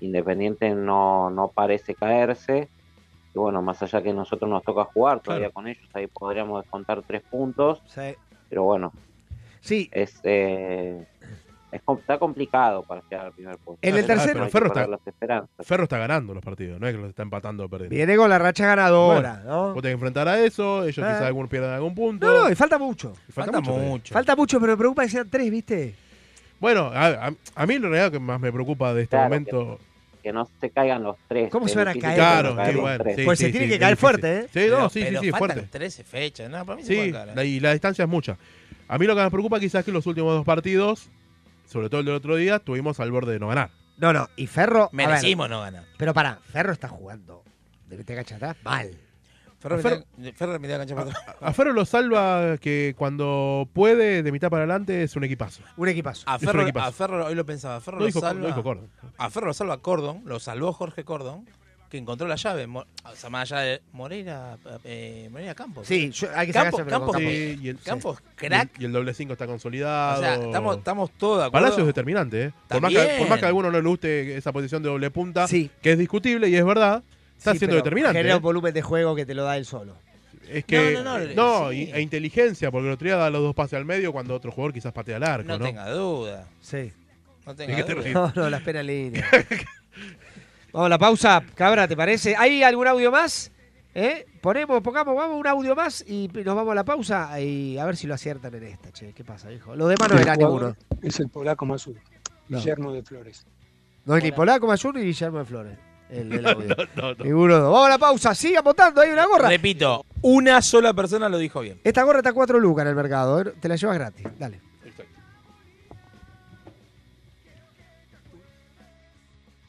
Speaker 6: Independiente no, no parece caerse. Y bueno, más allá que nosotros nos toca jugar todavía con ellos, ahí podríamos descontar tres puntos.
Speaker 2: Sí.
Speaker 6: Pero bueno,
Speaker 2: Sí.
Speaker 6: es, eh, es com- está complicado para llegar al primer punto.
Speaker 2: En el tercer-
Speaker 6: No hay que
Speaker 3: Ferro
Speaker 6: perder
Speaker 3: está-
Speaker 6: las esperanzas.
Speaker 3: Ferro está ganando los partidos, no es que los está empatando o perdiendo.
Speaker 2: Viene con la racha ganadora,
Speaker 3: Bueno,
Speaker 2: ¿no?
Speaker 3: Vos tenés que enfrentar a eso, ellos
Speaker 2: Eh.
Speaker 3: quizás algún pierdan algún punto.
Speaker 2: No, no, y falta mucho.
Speaker 3: Y falta mucho todavía.
Speaker 2: Falta mucho, pero me preocupa que sean tres, ¿viste?
Speaker 3: Bueno, a, a- a mí lo realidad que más me preocupa de este
Speaker 6: Claro,
Speaker 3: momento.
Speaker 6: Que no se caigan los tres.
Speaker 2: ¿Cómo
Speaker 6: Es
Speaker 2: se van a
Speaker 6: difícil
Speaker 2: caer?
Speaker 6: que no
Speaker 3: Claro,
Speaker 6: caigan
Speaker 3: sí,
Speaker 6: los
Speaker 3: bueno,
Speaker 6: tres.
Speaker 3: sí,
Speaker 2: Pues se
Speaker 3: sí,
Speaker 2: tiene
Speaker 3: sí,
Speaker 2: que caer
Speaker 3: difícil.
Speaker 2: fuerte, ¿eh?
Speaker 3: Sí, no, sí, sí, sí, es fuerte.
Speaker 15: ¿eh?
Speaker 4: 13 fechas. No, para mí se
Speaker 3: Sí,
Speaker 4: puede caer, ¿eh?
Speaker 3: la- y la distancia es mucha. A mí lo que me preocupa quizás es que los últimos dos partidos sobre todo el del otro día, estuvimos al borde de no ganar.
Speaker 2: No, no, y Ferro. a ver,
Speaker 4: Merecimos no ganar.
Speaker 2: Pero para, Ferro está jugando. De meter cancha atrás, mal.
Speaker 4: Ferro,
Speaker 3: A Ferro-
Speaker 4: metía- Ferro metía la cancha
Speaker 3: Ah,
Speaker 4: para atrás.
Speaker 3: A Ferro lo salva que cuando puede, de mitad para adelante, es un equipazo.
Speaker 2: Un equipazo.
Speaker 4: A Ferro, a Ferro, hoy lo pensaba, a Ferro
Speaker 3: Lo
Speaker 4: lo,
Speaker 3: dijo- lo
Speaker 4: salva.
Speaker 3: dijo Cordon.
Speaker 4: A Ferro lo salva Cordon, lo salvó Jorge Cordon, que encontró la llave. Mo- o sea, más allá de Moreira, eh, Moreira Campos.
Speaker 3: Sí,
Speaker 4: ¿no?
Speaker 3: yo- hay que
Speaker 4: Campos,
Speaker 3: sacarse
Speaker 4: Campos,
Speaker 3: Campos.
Speaker 4: que-
Speaker 3: Sí, y el-
Speaker 4: Campos,
Speaker 3: sí.
Speaker 4: crack.
Speaker 3: Y el, y el doble 5 está consolidado.
Speaker 4: O sea, estamos- estamos todos de acuerdo.
Speaker 3: Palacio es determinante, ¿eh? Por más, que,
Speaker 4: También.
Speaker 3: por más que a alguno no le guste esa posición de doble punta, que es discutible y es verdad, está
Speaker 2: Sí,
Speaker 3: siendo
Speaker 2: pero
Speaker 3: determinante.
Speaker 2: Genera
Speaker 3: ¿eh?
Speaker 2: un volumen de juego que te lo da él solo.
Speaker 3: Es que. No, y- e inteligencia, porque lo tría da los dos pases al medio cuando otro jugador quizás patea al arco. No,
Speaker 4: No tenga duda.
Speaker 2: Sí.
Speaker 4: No
Speaker 3: Es que
Speaker 4: tenga
Speaker 3: te
Speaker 4: duda.
Speaker 3: ríes.
Speaker 2: No, no, las penas líneas. Vamos, a la pausa, cabra, ¿te parece? ¿Hay algún audio más? ¿Eh? Ponemos, pongamos, vamos un audio más y nos vamos a la pausa y a ver si lo aciertan en esta, che. ¿Qué pasa, hijo? Lo demás no
Speaker 13: El
Speaker 2: era ninguno.
Speaker 13: jugador Es el polaco Mazur,
Speaker 2: No.
Speaker 13: Guillermo de Flores.
Speaker 2: No es ni Polaco Mayur ni Guillermo de Flores. El del
Speaker 4: No,
Speaker 2: audio.
Speaker 4: no, no, no.
Speaker 2: Ninguno de los dos. Vamos a la pausa, sigan votando, hay una gorra.
Speaker 4: Repito, una sola persona lo dijo bien.
Speaker 2: Esta gorra está a 4 lucas en el mercado, ¿eh? te la llevas gratis. Dale.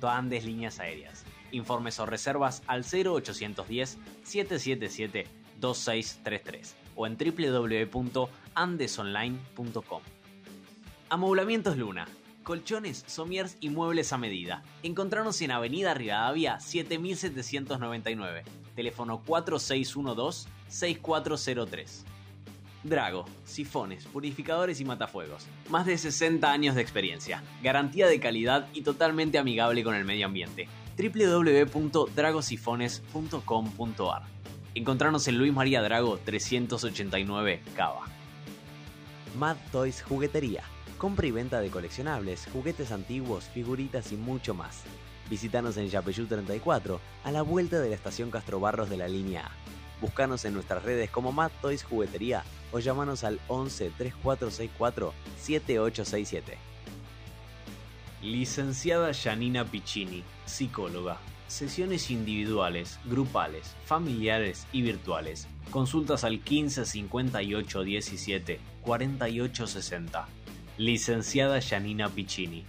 Speaker 16: Andes Líneas Aéreas. Informes o reservas al 0810-777-2633 o en www.andesonline.com. Amoblamientos Luna. Colchones, somiers y muebles a medida. Encontrarnos en Avenida Rivadavia 7799. Teléfono 4612-6403. Drago, sifones, purificadores y matafuegos. Más de 60 años de experiencia, garantía de calidad y totalmente amigable con el medio ambiente. www.dragosifones.com.ar Encontrarnos en Luis María Drago 389 Cava.
Speaker 15: Mad Toys Juguetería. Compra y venta de coleccionables, juguetes antiguos, figuritas y mucho más. Visítanos en Yapeyú 34, a la vuelta de la estación Castro Barros de la línea A. Buscanos en nuestras redes como Mad Toys Juguetería o llámanos al 11 3464 7867.
Speaker 16: Licenciada Janina Piccini, psicóloga. Sesiones individuales, grupales, familiares y virtuales. Consultas al 15 58 17 48 60. Licenciada Janina Piccini.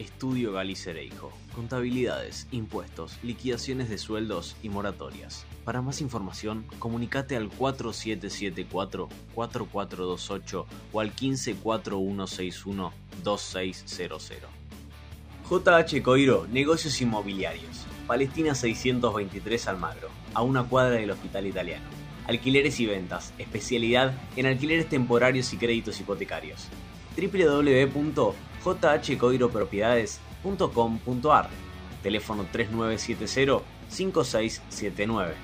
Speaker 16: Estudio Galicereijo. Contabilidades, impuestos, liquidaciones de sueldos y moratorias. Para más información, comunícate al 4774-4428 o al 154161-2600. JH Coiro, Negocios Inmobiliarios. Palestina 623 Almagro, a una cuadra del Hospital Italiano. Alquileres y ventas, especialidad en alquileres temporarios y créditos hipotecarios. www.jhcoiropropiedades.com.ar Teléfono 3970-5679.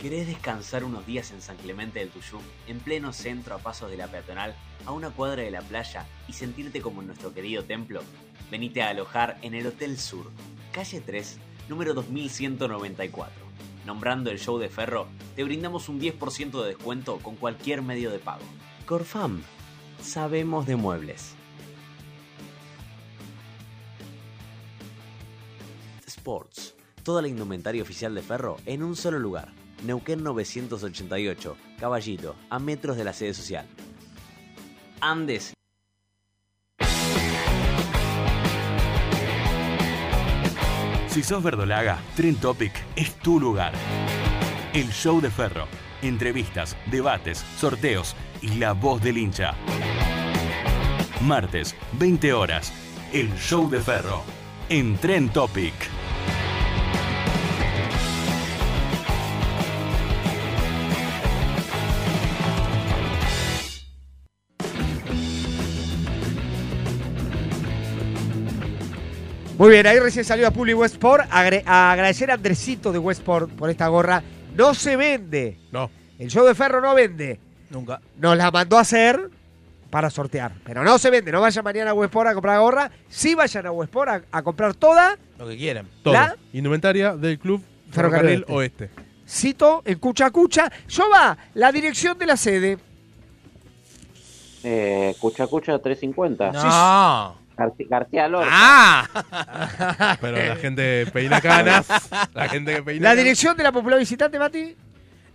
Speaker 16: ¿Querés descansar unos días en San Clemente del Tuyú, en pleno centro a pasos de la peatonal, a una cuadra de la playa y sentirte como en nuestro querido templo? Venite a alojar en el Hotel Sur, calle 3, número 2194. Nombrando el show de Ferro, te brindamos un 10% de descuento con cualquier medio de pago. Corfam, sabemos de muebles. Sports. Toda la indumentaria oficial de Ferro en un solo lugar. Neuquén 988, Caballito, a metros de la sede social. Andes.
Speaker 17: Si sos verdolaga, Trend Topic es tu lugar. El show de Ferro. Entrevistas, debates, sorteos y la voz del hincha. Martes, 20 horas. El show de Ferro. En Trend Topic.
Speaker 2: Muy bien, ahí recién salió a Publi Westport. Agre- a agradecer a Andresito de Westport por esta gorra. No se vende.
Speaker 3: No.
Speaker 2: El show de Ferro no vende.
Speaker 4: Nunca.
Speaker 2: Nos la mandó a hacer para sortear. Pero no se vende. No vayan mañana a Westport a comprar gorra. Sí vayan a Westport a, a comprar toda.
Speaker 4: Lo que quieran.
Speaker 3: Todo.
Speaker 2: ¿La?
Speaker 3: Indumentaria del club
Speaker 2: Ferrocarril
Speaker 3: Ferrocarril Oeste.
Speaker 2: Cito en Cucha Cucha. Yo va la dirección de la sede.
Speaker 6: Eh, Cucha Cucha 350.
Speaker 4: No.
Speaker 6: Garci- García Lorca.
Speaker 4: ¡Ah!
Speaker 3: Pero la gente peina canas. la gente que peina
Speaker 2: La
Speaker 3: canas.
Speaker 2: dirección de la popular visitante, Mati.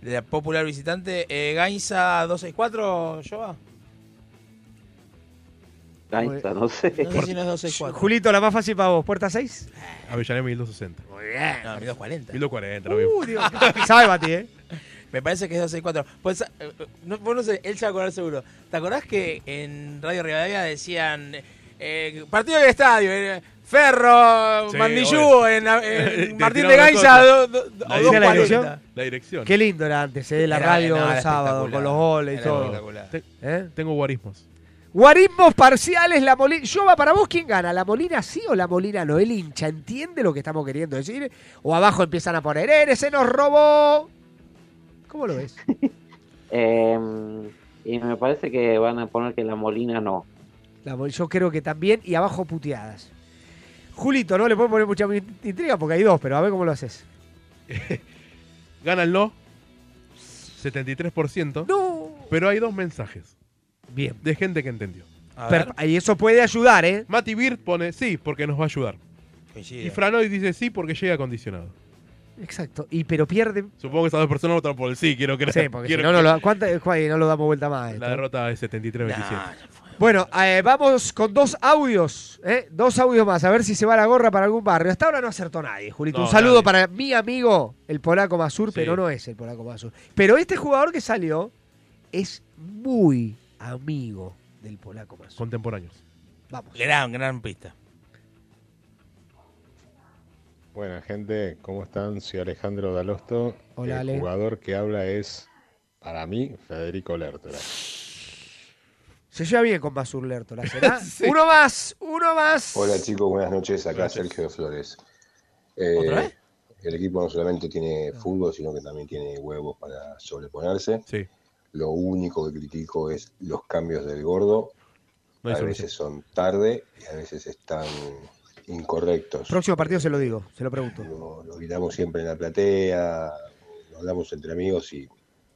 Speaker 4: De la popular visitante, eh, Gainza 264, Joa.
Speaker 6: Ahí está, no sé.
Speaker 4: No sé si no es 264.
Speaker 2: Julito, la más fácil para vos. ¿Puerta 6?
Speaker 3: Avellaneda 1260.
Speaker 4: Muy bien. No, 1240.
Speaker 3: 1240,
Speaker 2: Uh, Dios. Sabe, Mati, ¿eh?
Speaker 4: Me parece que es 264. Pues, eh, no, vos no sé, él se va a acordar seguro. ¿Te acordás que en Radio Rivadavia decían eh, partido del estadio? eh, Ferro,
Speaker 3: Sí,
Speaker 4: Mandillú,
Speaker 3: obvio.
Speaker 4: en, la-
Speaker 3: Te
Speaker 4: en
Speaker 3: tiraban
Speaker 4: Martín de
Speaker 3: las
Speaker 4: Gaisa,
Speaker 3: cosas.
Speaker 4: do- do- do-
Speaker 3: La
Speaker 4: o
Speaker 3: dirección.
Speaker 4: 240.
Speaker 3: La dirección.
Speaker 2: Qué lindo era antes, ¿eh? La
Speaker 3: Era-
Speaker 2: radio
Speaker 3: no, era
Speaker 2: los sábados, con los
Speaker 3: espectacular.
Speaker 2: goles y
Speaker 3: Era
Speaker 2: todo. ¿Eh?
Speaker 3: espectacular. Te- Tengo guarismos.
Speaker 2: Guarismos parciales, la Molina. Yoba, para vos, ¿quién gana? ¿La Molina sí o la Molina no? El hincha, ¿entiende lo que estamos queriendo decir? O abajo empiezan a poner, ¡Eres, se nos robó! ¿Cómo lo ves?
Speaker 6: Eh, y me parece que van a poner que la Molina no.
Speaker 2: La Mol- yo creo que también, y abajo puteadas. Julito, no le puedo poner mucha intriga porque hay dos, pero a ver cómo lo haces.
Speaker 3: Gana el no. 73%.
Speaker 2: No.
Speaker 3: Pero hay dos mensajes.
Speaker 2: Bien.
Speaker 3: De gente que entendió.
Speaker 2: Per- y eso puede ayudar, ¿eh?
Speaker 3: Mati Bird pone sí, porque nos va a ayudar. Y Franoy dice sí, porque llega acondicionado.
Speaker 2: Exacto. Y pero pierde.
Speaker 3: Supongo que esas dos personas votaron por el sí, quiero creer.
Speaker 2: Sí, porque si
Speaker 3: Quiero
Speaker 2: no, no
Speaker 3: creer.
Speaker 2: lo, ¿cuánta- Juan, no lo damos vuelta más. eh.
Speaker 3: La derrota es 73-27.
Speaker 2: Bueno, eh, vamos con dos audios, ¿eh? dos audios más, a ver si se va la gorra para algún barrio. Hasta ahora no acertó nadie, Julito.
Speaker 3: No,
Speaker 2: Un saludo
Speaker 3: nadie.
Speaker 2: para mi amigo, el polaco Masur,
Speaker 3: Sí.
Speaker 2: pero no es el polaco Masur. Pero este jugador que salió es muy amigo del polaco Masur.
Speaker 3: Contemporáneos.
Speaker 2: Vamos.
Speaker 4: Gran, gran pista.
Speaker 18: Buena gente, ¿cómo están? Soy Alejandro Dalosto.
Speaker 2: Hola,
Speaker 18: El
Speaker 2: Ale.
Speaker 18: jugador que habla es, para mí, Federico Lertora.
Speaker 2: Se lleva bien con Masur Lertola, ¿será? Uno más, uno más.
Speaker 19: Hola chicos, buenas noches. Acá Sergio Flores. Eh, el equipo no solamente tiene fútbol, sino que también tiene huevos para sobreponerse. Lo único que critico es los cambios del gordo.
Speaker 3: No hay
Speaker 19: a
Speaker 3: solución.
Speaker 19: veces son tarde y a veces están incorrectos.
Speaker 2: Próximo partido se lo digo, se lo pregunto.
Speaker 19: Lo, lo miramos siempre en la platea, lo hablamos entre amigos y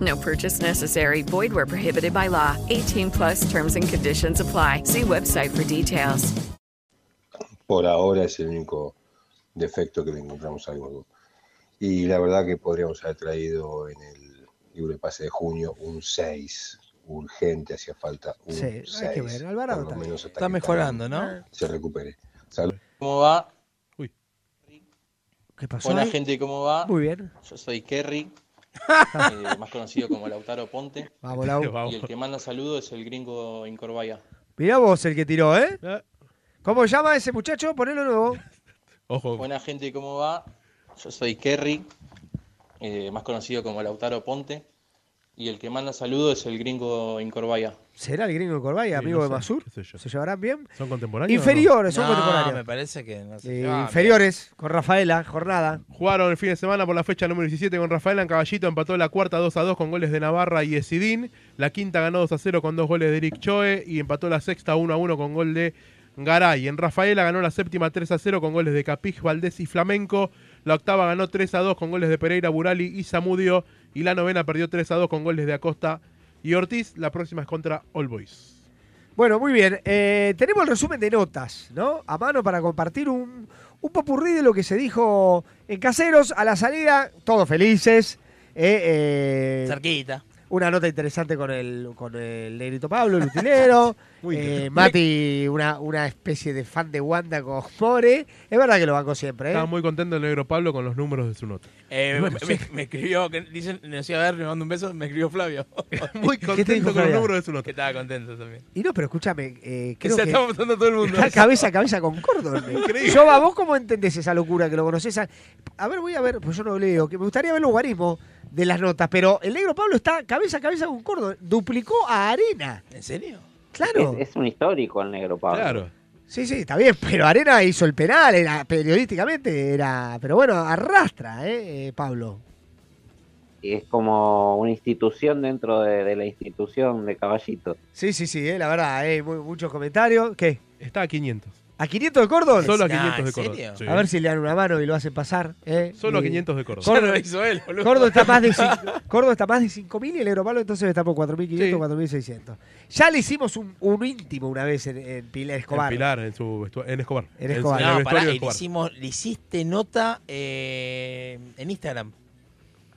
Speaker 20: No purchase necessary. Void where prohibited by law. 18 plus terms and conditions apply. See website for details.
Speaker 19: por ahora es el único defecto que le encontramos al gordo. Y la verdad que podríamos haber traído en el libro de pase de junio un 6. Urgente, hacía falta un
Speaker 2: Sí, hay que
Speaker 19: 6.
Speaker 2: ver, Alvarado
Speaker 19: por lo
Speaker 2: está-
Speaker 19: menos hasta
Speaker 4: está
Speaker 19: que
Speaker 4: mejorando,
Speaker 19: Talán
Speaker 4: ¿no?
Speaker 19: Se recupere. Salud.
Speaker 21: ¿Cómo va?
Speaker 2: ¿Qué pasó?
Speaker 21: Hola
Speaker 2: ahí?
Speaker 21: gente, ¿cómo va?
Speaker 2: Muy bien.
Speaker 21: Yo soy Kerry, eh, más conocido como Lautaro Ponte.
Speaker 2: Vamos, Lau.
Speaker 21: Y el que manda saludos es el gringo Incorvaya.
Speaker 2: Mirá vos el que tiró, ¿eh? ¿Cómo llama ese muchacho? Ponelo nuevo.
Speaker 3: Ojo.
Speaker 21: Buena gente, ¿cómo va? Yo soy Kerry, eh, más conocido como Lautaro Ponte. Y el que manda saludos es el gringo Incorvaya.
Speaker 2: ¿Será el gringo de Corbay,
Speaker 21: Sí,
Speaker 2: amigo
Speaker 21: no
Speaker 2: de
Speaker 21: sé,
Speaker 2: Masur? ¿Se llevarán bien?
Speaker 3: ¿Son contemporáneos?
Speaker 2: Inferiores,
Speaker 3: o
Speaker 2: son contemporáneos.
Speaker 4: Ah, me parece que no
Speaker 2: Eh,
Speaker 4: sé. Ah,
Speaker 2: inferiores, con Rafaela, jornada.
Speaker 3: Jugaron el fin de semana por la fecha número 17 con Rafael en Caballito, empató la cuarta 2 a 2 con goles de Navarra y Esidín. La quinta ganó 2 a 0 con dos goles de Eric Choe y empató la sexta 1 a 1 con gol de Garay. En Rafaela ganó la séptima 3 a 0 con goles de Capig, Valdés y Flamenco. La octava ganó 3 a 2 con goles de Pereira, Burali y Zamudio. Y la novena perdió 3 a 2 con goles de Acosta y Ortiz. La próxima es contra All Boys.
Speaker 2: Bueno, muy bien. Eh, tenemos el resumen de notas, ¿no? A mano para compartir un, un popurrí de lo que se dijo en Caseros a la salida. Todos felices. eh, eh,
Speaker 4: Cerquita.
Speaker 2: una nota interesante con el, con el negrito Pablo, el utilero.
Speaker 3: Muy
Speaker 2: Eh,
Speaker 3: bien.
Speaker 2: Mati, una, una especie de fan de Wanda con More. Es verdad que lo banco siempre, ¿eh?
Speaker 3: Estaba muy contento el negro Pablo con los números de su nota.
Speaker 4: Eh, me,
Speaker 3: Bueno, sí.
Speaker 4: me- me escribió, que dicen, no sé, a ver, me mando un beso, me escribió Flavio.
Speaker 3: Muy
Speaker 2: contento dijo con los Flavio? números
Speaker 4: de su nota. Que estaba contento también.
Speaker 2: Y no, pero escúchame, eh,
Speaker 4: Que
Speaker 2: creo
Speaker 4: se
Speaker 2: que
Speaker 4: está votando todo el mundo.
Speaker 2: está cabeza a cabeza con Cordon.
Speaker 4: Increíble.
Speaker 2: Yo, ¿a vos cómo entendés esa locura que lo conocés? A, a ver, voy a ver, pues yo no leo, que me gustaría ver los guarismos de las notas, pero el negro Pablo está cabeza a cabeza con Cordon. Duplicó a Arena.
Speaker 4: ¿En serio?
Speaker 2: Claro.
Speaker 6: Es, es un histórico el negro Pablo.
Speaker 3: Claro.
Speaker 2: Sí, sí, está bien, pero Arena hizo el penal, era periodísticamente, era. Pero bueno, arrastra, ¿eh, eh, Pablo?
Speaker 6: Es como una institución dentro de, de la institución de Caballito.
Speaker 2: Sí, sí, sí, eh, la verdad, eh, muy- muchos comentarios. ¿Qué?
Speaker 3: Está a 500.
Speaker 2: ¿A 500 de Cordon?
Speaker 4: Ah,
Speaker 3: Solo a 500 de Córdoba. Sí.
Speaker 2: A ver si le dan una mano y lo hacen pasar. ¿eh?
Speaker 3: Solo a
Speaker 2: Y-
Speaker 3: 500 de Córdoba.
Speaker 2: Cor-
Speaker 4: Ya lo hizo él, boludo.
Speaker 2: Córdoba está más de cinco- Córdoba está más de 5.000 y el Europalo entonces está por 4.500, 4.600. Ya le hicimos un, un íntimo una vez en, en Pilar Escobar.
Speaker 3: En Pilar, en, su vestu- en Escobar.
Speaker 2: En Escobar.
Speaker 3: En, su- en el
Speaker 4: No,
Speaker 3: vestuario
Speaker 4: pará,
Speaker 3: de
Speaker 4: y le,
Speaker 3: Escobar.
Speaker 4: hicimos, le hiciste nota eh, en Instagram.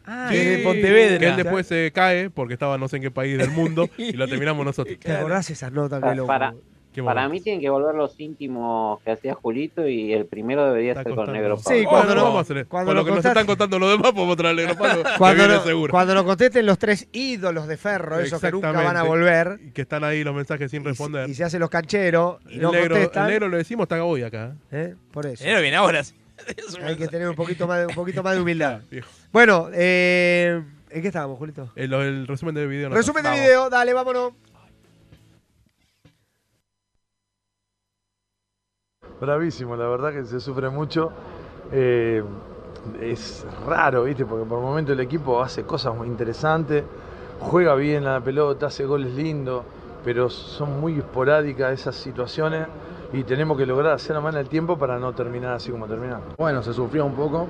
Speaker 2: Ah,
Speaker 3: Sí,
Speaker 4: de
Speaker 3: Que
Speaker 4: Pontevedra.
Speaker 3: él después se cae porque estaba no sé en qué país del mundo y la terminamos nosotros.
Speaker 2: ¿Te acordás esas notas? Qué
Speaker 6: Para-
Speaker 2: loco.
Speaker 6: para-
Speaker 3: Qué
Speaker 6: Para
Speaker 3: momento.
Speaker 6: mí tienen que volver los íntimos que hacía Julito y el primero debería ser con negro Pablo.
Speaker 2: Sí,
Speaker 3: Bueno,
Speaker 2: cuando
Speaker 3: no
Speaker 2: lo-
Speaker 3: vamos a hacer.
Speaker 2: cuando
Speaker 3: Con
Speaker 2: lo
Speaker 3: lo que nos
Speaker 2: contaste.
Speaker 3: están contando los demás, podemos traer al negro Pablo. que
Speaker 2: Cuando,
Speaker 3: viene
Speaker 2: lo,
Speaker 3: seguro.
Speaker 2: cuando lo contesten los tres ídolos de ferro, esos que nunca van a
Speaker 3: Exactamente.
Speaker 2: volver,
Speaker 3: Y que están ahí los mensajes sin
Speaker 2: y, se-
Speaker 3: responder.
Speaker 2: y se hacen los cancheros y
Speaker 3: el,
Speaker 2: no
Speaker 3: negro, el
Speaker 2: contestan,
Speaker 3: negro lo decimos, está hoy acá. ¿eh?
Speaker 2: ¿eh? por eso.
Speaker 4: Enero viene ahora.
Speaker 2: Hay que tener un poquito más de, un poquito más de humildad.
Speaker 3: Viejo.
Speaker 2: Bueno, eh, ¿en qué estábamos, Julito?
Speaker 3: El, el resumen del video. no está.
Speaker 2: Resumen de
Speaker 3: Vamos.
Speaker 2: video, dale, vámonos.
Speaker 22: Bravísimo, la verdad que se sufre mucho. Eh, es raro, ¿viste? Porque por el momento el equipo hace cosas muy interesantes, juega bien la pelota, hace goles lindos, pero son muy esporádicas esas situaciones y tenemos que lograr hacer a mano el tiempo para no terminar así como terminamos.
Speaker 1: Bueno, se sufrió un poco,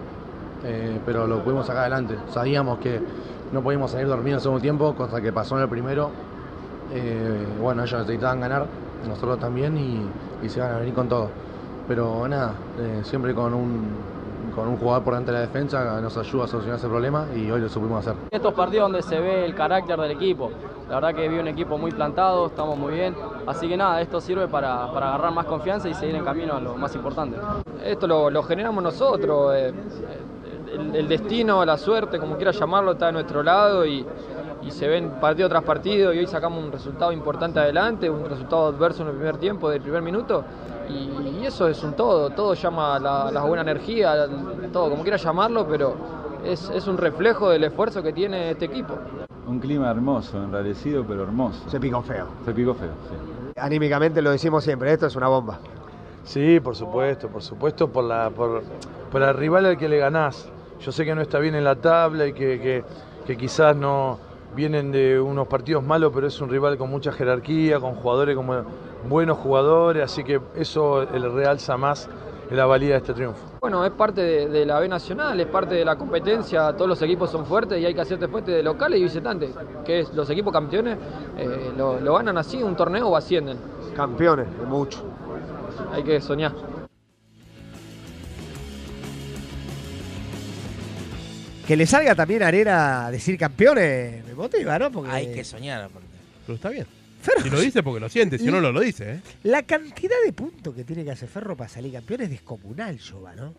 Speaker 1: eh, pero lo pudimos sacar adelante. Sabíamos que no podíamos salir dormidos en el segundo tiempo, cosa que pasó en el primero. Eh, bueno, ellos necesitaban ganar, nosotros también, y, y se van a venir con todo. Pero nada, eh, siempre con un, con un jugador por delante de la defensa nos ayuda a solucionar ese problema y hoy lo supimos hacer.
Speaker 5: En estos partidos donde se ve el carácter del equipo. La verdad que vi un equipo muy plantado, estamos muy bien. Así que nada, esto sirve para, para agarrar más confianza y seguir en camino a lo más importante. Esto lo, lo generamos nosotros. eh, el, el destino, la suerte, como quieras llamarlo, está a nuestro lado y, y se ven partido tras partido y hoy sacamos un resultado importante adelante, un resultado adverso en el primer tiempo, del primer minuto. Y, y eso es un todo, todo llama a la, la buena energía, al- todo, como quieras llamarlo, pero es, es un reflejo del esfuerzo que tiene este equipo.
Speaker 7: Un clima hermoso, enrarecido, pero hermoso. Se picó feo. Se picó feo, sí.
Speaker 2: Anímicamente lo decimos siempre, esto es una bomba.
Speaker 22: Sí, por supuesto, por supuesto, por, la, por, por el rival al que le ganás. Yo sé que no está bien en la tabla y que, que- que quizás no vienen de unos partidos malos, pero es un rival con mucha jerarquía, con jugadores como buenos jugadores, así que eso eh, le realza más la valía de este triunfo.
Speaker 5: Bueno, es parte de, de la B Nacional, es parte de la competencia, todos los equipos son fuertes y hay que hacerte fuerte de locales y visitantes, que es, los equipos campeones eh, lo, lo ganan así, un torneo o ascienden.
Speaker 2: Campeones, de mucho.
Speaker 5: Hay que soñar.
Speaker 2: Que le salga también a Arena a decir campeones, me motiva, ¿no? Porque
Speaker 4: Hay que soñar, aparte.
Speaker 3: Pero está bien. Si lo dice porque lo siente, si
Speaker 2: Y-
Speaker 3: no, no lo dice. ¿eh?
Speaker 2: la cantidad de puntos que tiene que hacer Ferro para salir campeón es descomunal, Jova, ¿no?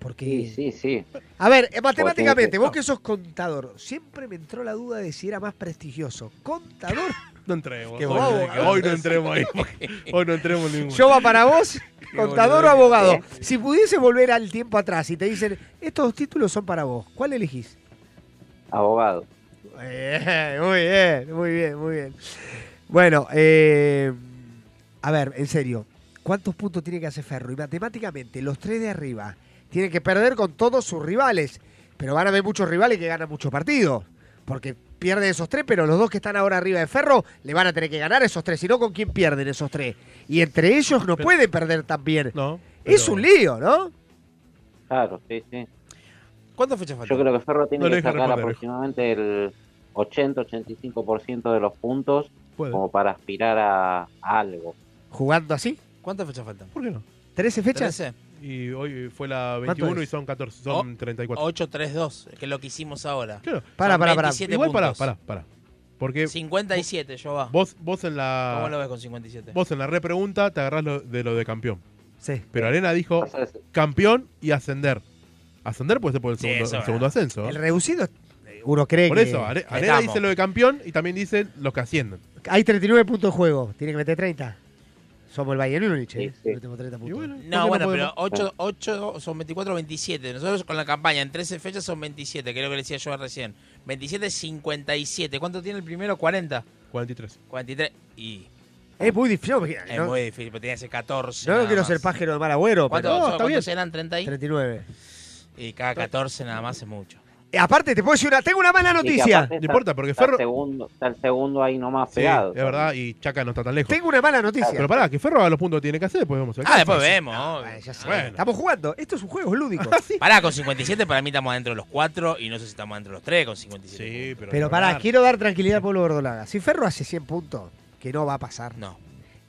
Speaker 2: Porque...
Speaker 6: Sí, sí, sí.
Speaker 2: A ver, eh, matemáticamente,
Speaker 3: ah.
Speaker 2: vos que sos contador, siempre me entró la duda de si era más prestigioso. ¿Contador?
Speaker 3: No entremos.
Speaker 2: Qué
Speaker 3: hoy,
Speaker 2: bobo,
Speaker 3: no- que hoy no entremos ahí. porque Hoy no entremos en ningún.
Speaker 2: Jova, para vos, contador o
Speaker 3: boludo.
Speaker 2: abogado. Si pudiese volver al tiempo atrás y te dicen, estos dos títulos son para vos, ¿cuál elegís?
Speaker 6: Abogado.
Speaker 2: Bien, muy bien, muy bien, muy bien. Bueno, eh, a ver, en serio, ¿cuántos puntos tiene que hacer Ferro? Y matemáticamente, los tres de arriba tienen que perder con todos sus rivales, pero van a haber muchos rivales que ganan muchos partidos, porque pierden esos tres, pero los dos que están ahora arriba de Ferro le van a tener que ganar esos tres, si no, ¿con quién pierden esos tres? Y entre ellos no pueden perder también.
Speaker 3: No,
Speaker 2: es un lío, ¿no?
Speaker 6: Claro, sí, sí.
Speaker 4: ¿Cuántas fechas faltan?
Speaker 6: Yo creo que Ferro tiene
Speaker 4: No le
Speaker 6: que
Speaker 4: dejan
Speaker 6: sacar
Speaker 4: responder.
Speaker 6: aproximadamente el 80-85% de los puntos
Speaker 3: Puede.
Speaker 6: como para aspirar a, a algo.
Speaker 2: ¿Jugando así?
Speaker 4: ¿Cuántas fechas faltan?
Speaker 3: ¿Por qué no?
Speaker 2: ¿13 fechas?
Speaker 4: Trece.
Speaker 3: Y hoy fue la
Speaker 2: ¿Cuánto
Speaker 3: 21 y
Speaker 2: es?
Speaker 3: son 14,
Speaker 4: Oh.
Speaker 3: son 34.
Speaker 4: 8-3-2, que es lo que hicimos ahora.
Speaker 3: Claro.
Speaker 4: Son
Speaker 3: Pará, pará, pará.
Speaker 4: 27
Speaker 3: Igual pará,
Speaker 4: puntos.
Speaker 3: pará, pará. Porque
Speaker 4: 57, yo va.
Speaker 3: vos, vos en la.
Speaker 4: ¿Cómo lo ves con 57?
Speaker 3: Vos en la repregunta te agarrás lo- de lo de campeón.
Speaker 2: Sí.
Speaker 3: Pero Arena dijo campeón y ascender. Ascender puede ser por el
Speaker 4: Sí,
Speaker 3: segundo,
Speaker 4: eso
Speaker 3: el
Speaker 4: es
Speaker 3: segundo
Speaker 4: verdad.
Speaker 3: ascenso. ¿eh?
Speaker 2: El reducido, eh, uno cree
Speaker 3: Por
Speaker 2: que.
Speaker 3: eso, Are-
Speaker 2: que
Speaker 3: Arena
Speaker 2: estamos.
Speaker 3: dice lo de campeón y también dice los que ascienden.
Speaker 2: Hay 39 puntos de juego, tiene que meter 30. Somos el Bayern Múnich, ¿eh?
Speaker 3: sí.
Speaker 2: Yo tengo 30 puntos.
Speaker 4: No, bueno, pero 8, son 24 o 27. Nosotros con la campaña en 13 fechas son 27, que es lo que le decía yo recién. 27, 57. ¿Cuánto tiene el primero? 40.
Speaker 3: 43.
Speaker 4: 43. Y
Speaker 2: Es muy difícil. yo, porque-
Speaker 4: es
Speaker 2: no,
Speaker 4: muy difícil, porque tiene ese 14.
Speaker 2: no
Speaker 4: nada
Speaker 2: quiero
Speaker 4: más.
Speaker 2: ser pájaro de mal agüero,
Speaker 4: ¿Cuánto-
Speaker 2: pero.
Speaker 4: son- ¿Cuántos eran? 30 y,
Speaker 2: 39.
Speaker 4: y cada 14 nada más es mucho.
Speaker 2: Eh, aparte, te puedo decir una. Tengo una mala
Speaker 6: Y que
Speaker 2: noticia.
Speaker 6: aparte está- está El segundo, está el segundo ahí nomás
Speaker 3: Sí,
Speaker 6: pegado.
Speaker 3: es verdad, y Chaca no está tan lejos.
Speaker 2: Tengo una mala noticia.
Speaker 3: Pero pará, que Ferro haga los puntos que tiene que hacer, después vemos.
Speaker 4: Ah, después vemos.
Speaker 2: Estamos jugando. Esto es un juego, es lúdico.
Speaker 4: Pará, con 57 para mí estamos adentro de los 4 y no sé si estamos adentro de los 3 con 57. Sí,
Speaker 2: Pero pará, quiero dar tranquilidad al pueblo verdolaga. Si Ferro hace 100 puntos, que no va a pasar.
Speaker 4: No.